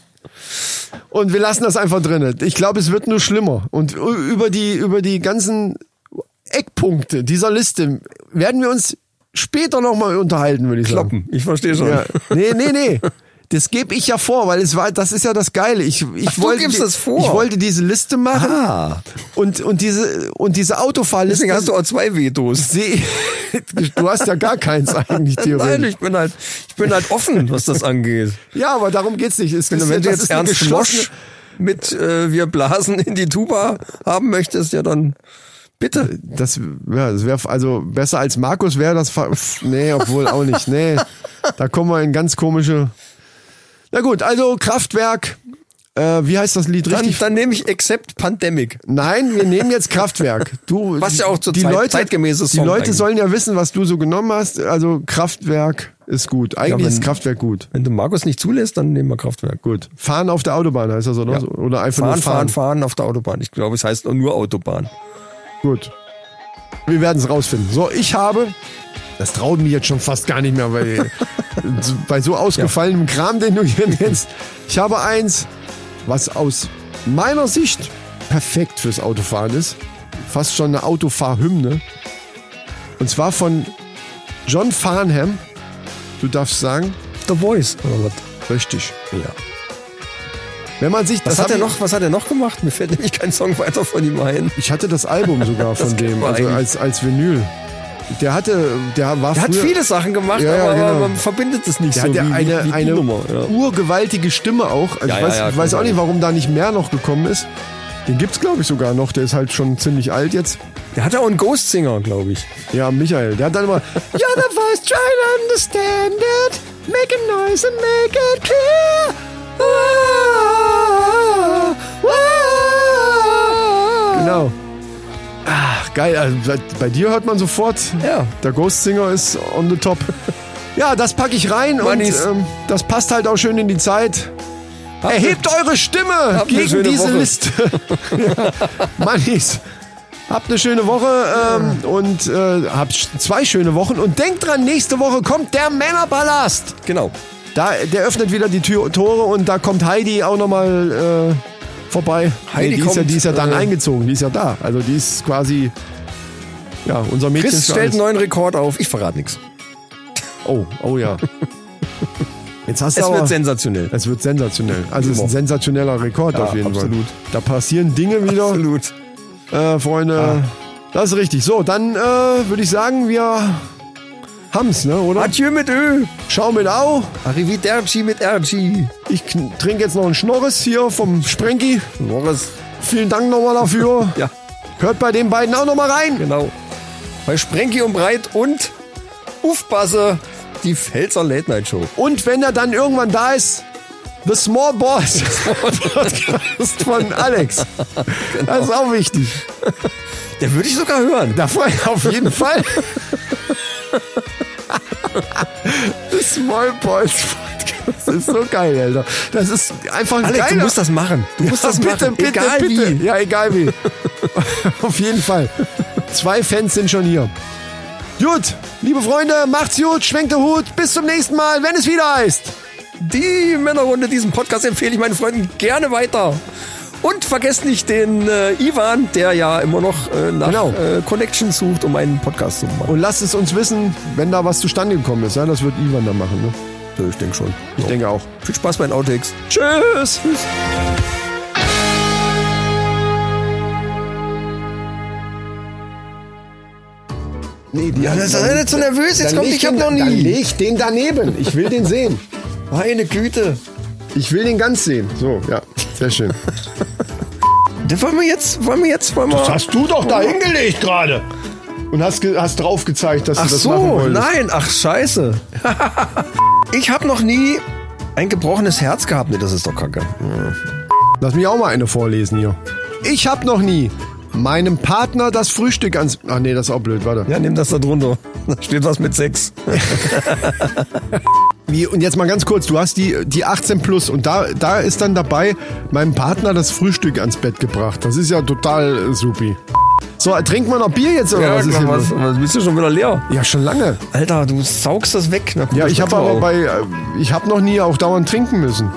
A: Und wir lassen das einfach drin. Ich glaube, es wird nur schlimmer. Und ü- über die, über die ganzen Eckpunkte dieser Liste werden wir uns später nochmal unterhalten, würde ich sagen.
B: Kloppen. Ich verstehe schon.
A: Ja. Nee, nee, nee. Das gebe ich ja vor, weil es war, das ist ja das Geile. Ich, ich
B: Ach, du
A: wollte,
B: gibst
A: die-
B: das vor.
A: ich wollte diese Liste machen
B: Ah,
A: und, und diese, und diese Autofahrliste.
B: deswegen hast du auch zwei Vetos.
A: Seh- du hast ja gar keins eigentlich,
B: Nein,
A: theoretisch.
B: ich bin halt, ich bin halt offen, was das angeht.
A: Ja, aber darum geht's nicht. Es,
B: Wenn,
A: ist-
B: wenn du
A: das
B: jetzt
A: ist eine
B: Ernst
A: geschlossene-
B: Mosch mit äh, Wir blasen in die Tuba haben möchtest, ja dann bitte.
A: Das, ja, das wäre also besser als Markus wäre das. ver- pf, Nee, obwohl auch nicht. Nee, da kommen wir in ganz komische. Na gut, also Kraftwerk. Äh, wie heißt das Lied
B: Dann,
A: richtig?
B: dann nehme ich Accept Pandemic.
A: Nein, wir nehmen jetzt Kraftwerk. Du,
B: Was ja auch zur
A: die
B: Zeit-
A: Leute,
B: zeitgemäßes
A: Die
B: Song
A: Leute
B: eigentlich.
A: sollen ja wissen, was du so genommen hast. Also Kraftwerk ist gut. Eigentlich
B: wenn-
A: ist Kraftwerk gut.
B: Wenn du Markus nicht zulässt, dann nehmen wir Kraftwerk.
A: Gut. Fahren auf der Autobahn heißt das, oder?
B: Ja.
A: Oder einfach
B: Fahren,
A: nur
B: fahren, fahren auf der Autobahn. Ich glaube, es heißt nur Autobahn.
A: Gut. Wir werden es rausfinden. So, ich habe. Das traut mich jetzt schon fast gar nicht mehr, weil so- bei so ausgefallenem Kram, den du hier nennst. Ich habe eins, was aus meiner Sicht perfekt fürs Autofahren ist. Fast schon eine Autofahrhymne. Und zwar von John Farnham. Du darfst sagen,
B: The Voice oder was?
A: richtig.
B: Ja.
A: Wenn man sich
B: Was
A: das
B: hat er
A: hab ich-
B: noch? Was hat er noch gemacht? Mir fällt nämlich kein Song weiter von ihm ein.
A: Ich hatte das Album sogar
B: Das
A: von
B: kennt
A: dem,
B: man
A: also
B: eigentlich.
A: als, als Vinyl. Der hatte, der war
B: Er hat
A: früher,
B: viele Sachen gemacht,
A: Ja, ja,
B: aber
A: genau.
B: man verbindet es nicht
A: Der
B: so
A: hat ja
B: wie,
A: eine,
B: wie, wie
A: eine
B: die Nummer. Ja.
A: urgewaltige Stimme auch. Also
B: Ja,
A: ich
B: ja,
A: weiß,
B: ja,
A: ich weiß
B: kann
A: auch nicht,
B: sein.
A: warum da nicht mehr noch gekommen ist. Den gibt's, glaube ich, sogar noch. Der ist halt schon ziemlich alt jetzt.
B: Der hat ja auch einen Ghost Singer, glaube ich.
A: Ja, Michael. Der hat dann immer You're the voice, try to understand it. Make a noise and make it clear. Ah, ah. Genau. Ach, geil. Also, bei- bei dir hört man sofort,
B: Ja.
A: der Ghost Singer ist on the top. Ja, das packe ich rein
B: Mannis.
A: und ähm, das passt halt auch schön in die Zeit.
B: Habt
A: Erhebt eure Stimme
B: Habt eine
A: gegen
B: schöne
A: diese
B: Woche.
A: Liste. ja, Mannis, habt eine schöne Woche ähm, und äh, habt sch- zwei schöne Wochen. Und denkt dran, nächste Woche kommt der Männerballast.
B: ihr- Genau.
A: Da, der öffnet wieder die Tür, Tore und da kommt Heidi auch nochmal äh, vorbei. die,
B: Heidi
A: ist ja,
B: kommt,
A: die ist ja dann
B: äh,
A: eingezogen, die ist ja da. Also die ist quasi ja, unser Mädchen.
B: Chris
A: für
B: stellt einen
A: alles.
B: neuen Rekord auf. Ich verrate nichts.
A: Oh, oh ja. Jetzt hast du
B: Es
A: aber,
B: wird sensationell.
A: Es wird sensationell. Also es ist ein
B: Immer.
A: sensationeller Rekord
B: Ja,
A: auf jeden
B: absolut.
A: Fall. Da passieren Dinge wieder,
B: Absolut.
A: äh, Freunde. Das ist richtig. So, dann äh, würde ich sagen, wir haben's, ne, oder?
B: Adieu mit Ö.
A: Schau mit Au.
B: Arrivederci mit RG.
A: Ich kn- trinke jetzt noch einen Schnorres hier vom Sprenki.
B: Morris.
A: Vielen Dank nochmal dafür.
B: Ja,
A: Hört bei den beiden auch nochmal rein.
B: genau. Bei Sprenki und Breit und Uffbasse, die Pfälzer Late Night Show.
A: Und wenn er dann irgendwann da ist, The Small Boss Podcast von Alex.
B: Genau.
A: Das ist auch wichtig.
B: Der würde ich sogar hören.
A: Da freue ich auf jeden Fall. Das Small Boys Podcast ist so geil, Alter. Das ist einfach ein
B: Alex,
A: geiler.
B: du musst das machen. Du musst
A: ja,
B: das
A: bitte,
B: machen.
A: bitte,
B: Egal
A: bitte.
B: Wie.
A: Ja, egal wie. auf jeden Fall. Zwei Fans sind schon hier. Gut, liebe Freunde, macht's gut, schwenkt den Hut. Bis zum nächsten Mal, wenn es wieder heißt.
B: Die Männerrunde, diesen Podcast empfehle ich meinen Freunden gerne weiter. Und vergesst nicht den äh, Ivan, der ja immer noch äh, nach
A: Genau.
B: äh, Connections sucht, um einen Podcast zu machen.
A: Und lasst es uns wissen, wenn da was zustande gekommen ist. Ja, das wird Ivan dann machen. Ne?
B: Und ich denke schon.
A: Ich denke auch.
B: Viel Spaß bei den Outtakes. Tschüss. Tschüss.
A: Nee, die
B: sei nicht so nervös, jetzt
A: Dann
B: kommt,
A: leg
B: ich hab
A: den-
B: noch
A: Dann leg
B: nie.
A: ich den daneben. Ich will den sehen.
B: Meine Güte.
A: Ich will den ganz sehen. So, ja, sehr schön.
B: Das wollen wir jetzt, wollen wir jetzt, wollen wir.
A: du doch da hingelegt gerade. Und hast, ge- hast drauf gezeigt, dass
B: ach
A: du das machen
B: so,
A: wolltest.
B: nein, ach scheiße. ich habe noch nie ein gebrochenes Herz gehabt. Nee, das ist doch kacke.
A: Lass mich auch mal eine vorlesen hier. Ich hab noch nie meinem Partner das Frühstück ans... Ach nee, das ist auch blöd, warte.
B: Ja, nimm das da drunter. Da steht was mit sechs.
A: Wie, und jetzt mal ganz kurz, du hast die, die 18 plus und da, da ist dann dabei, meinem Partner das Frühstück ans Bett gebracht. Das ist ja total äh, supi. So, trinkt man noch Bier jetzt oder was ist hier los?
B: bist du schon wieder leer?
A: Ja, schon lange.
B: Alter, du saugst das weg. Na, guck,
A: Ja,
B: das
A: ich habe
B: schmeckt
A: aber
B: auch.
A: bei, äh, ich habe noch nie auch dauernd trinken müssen.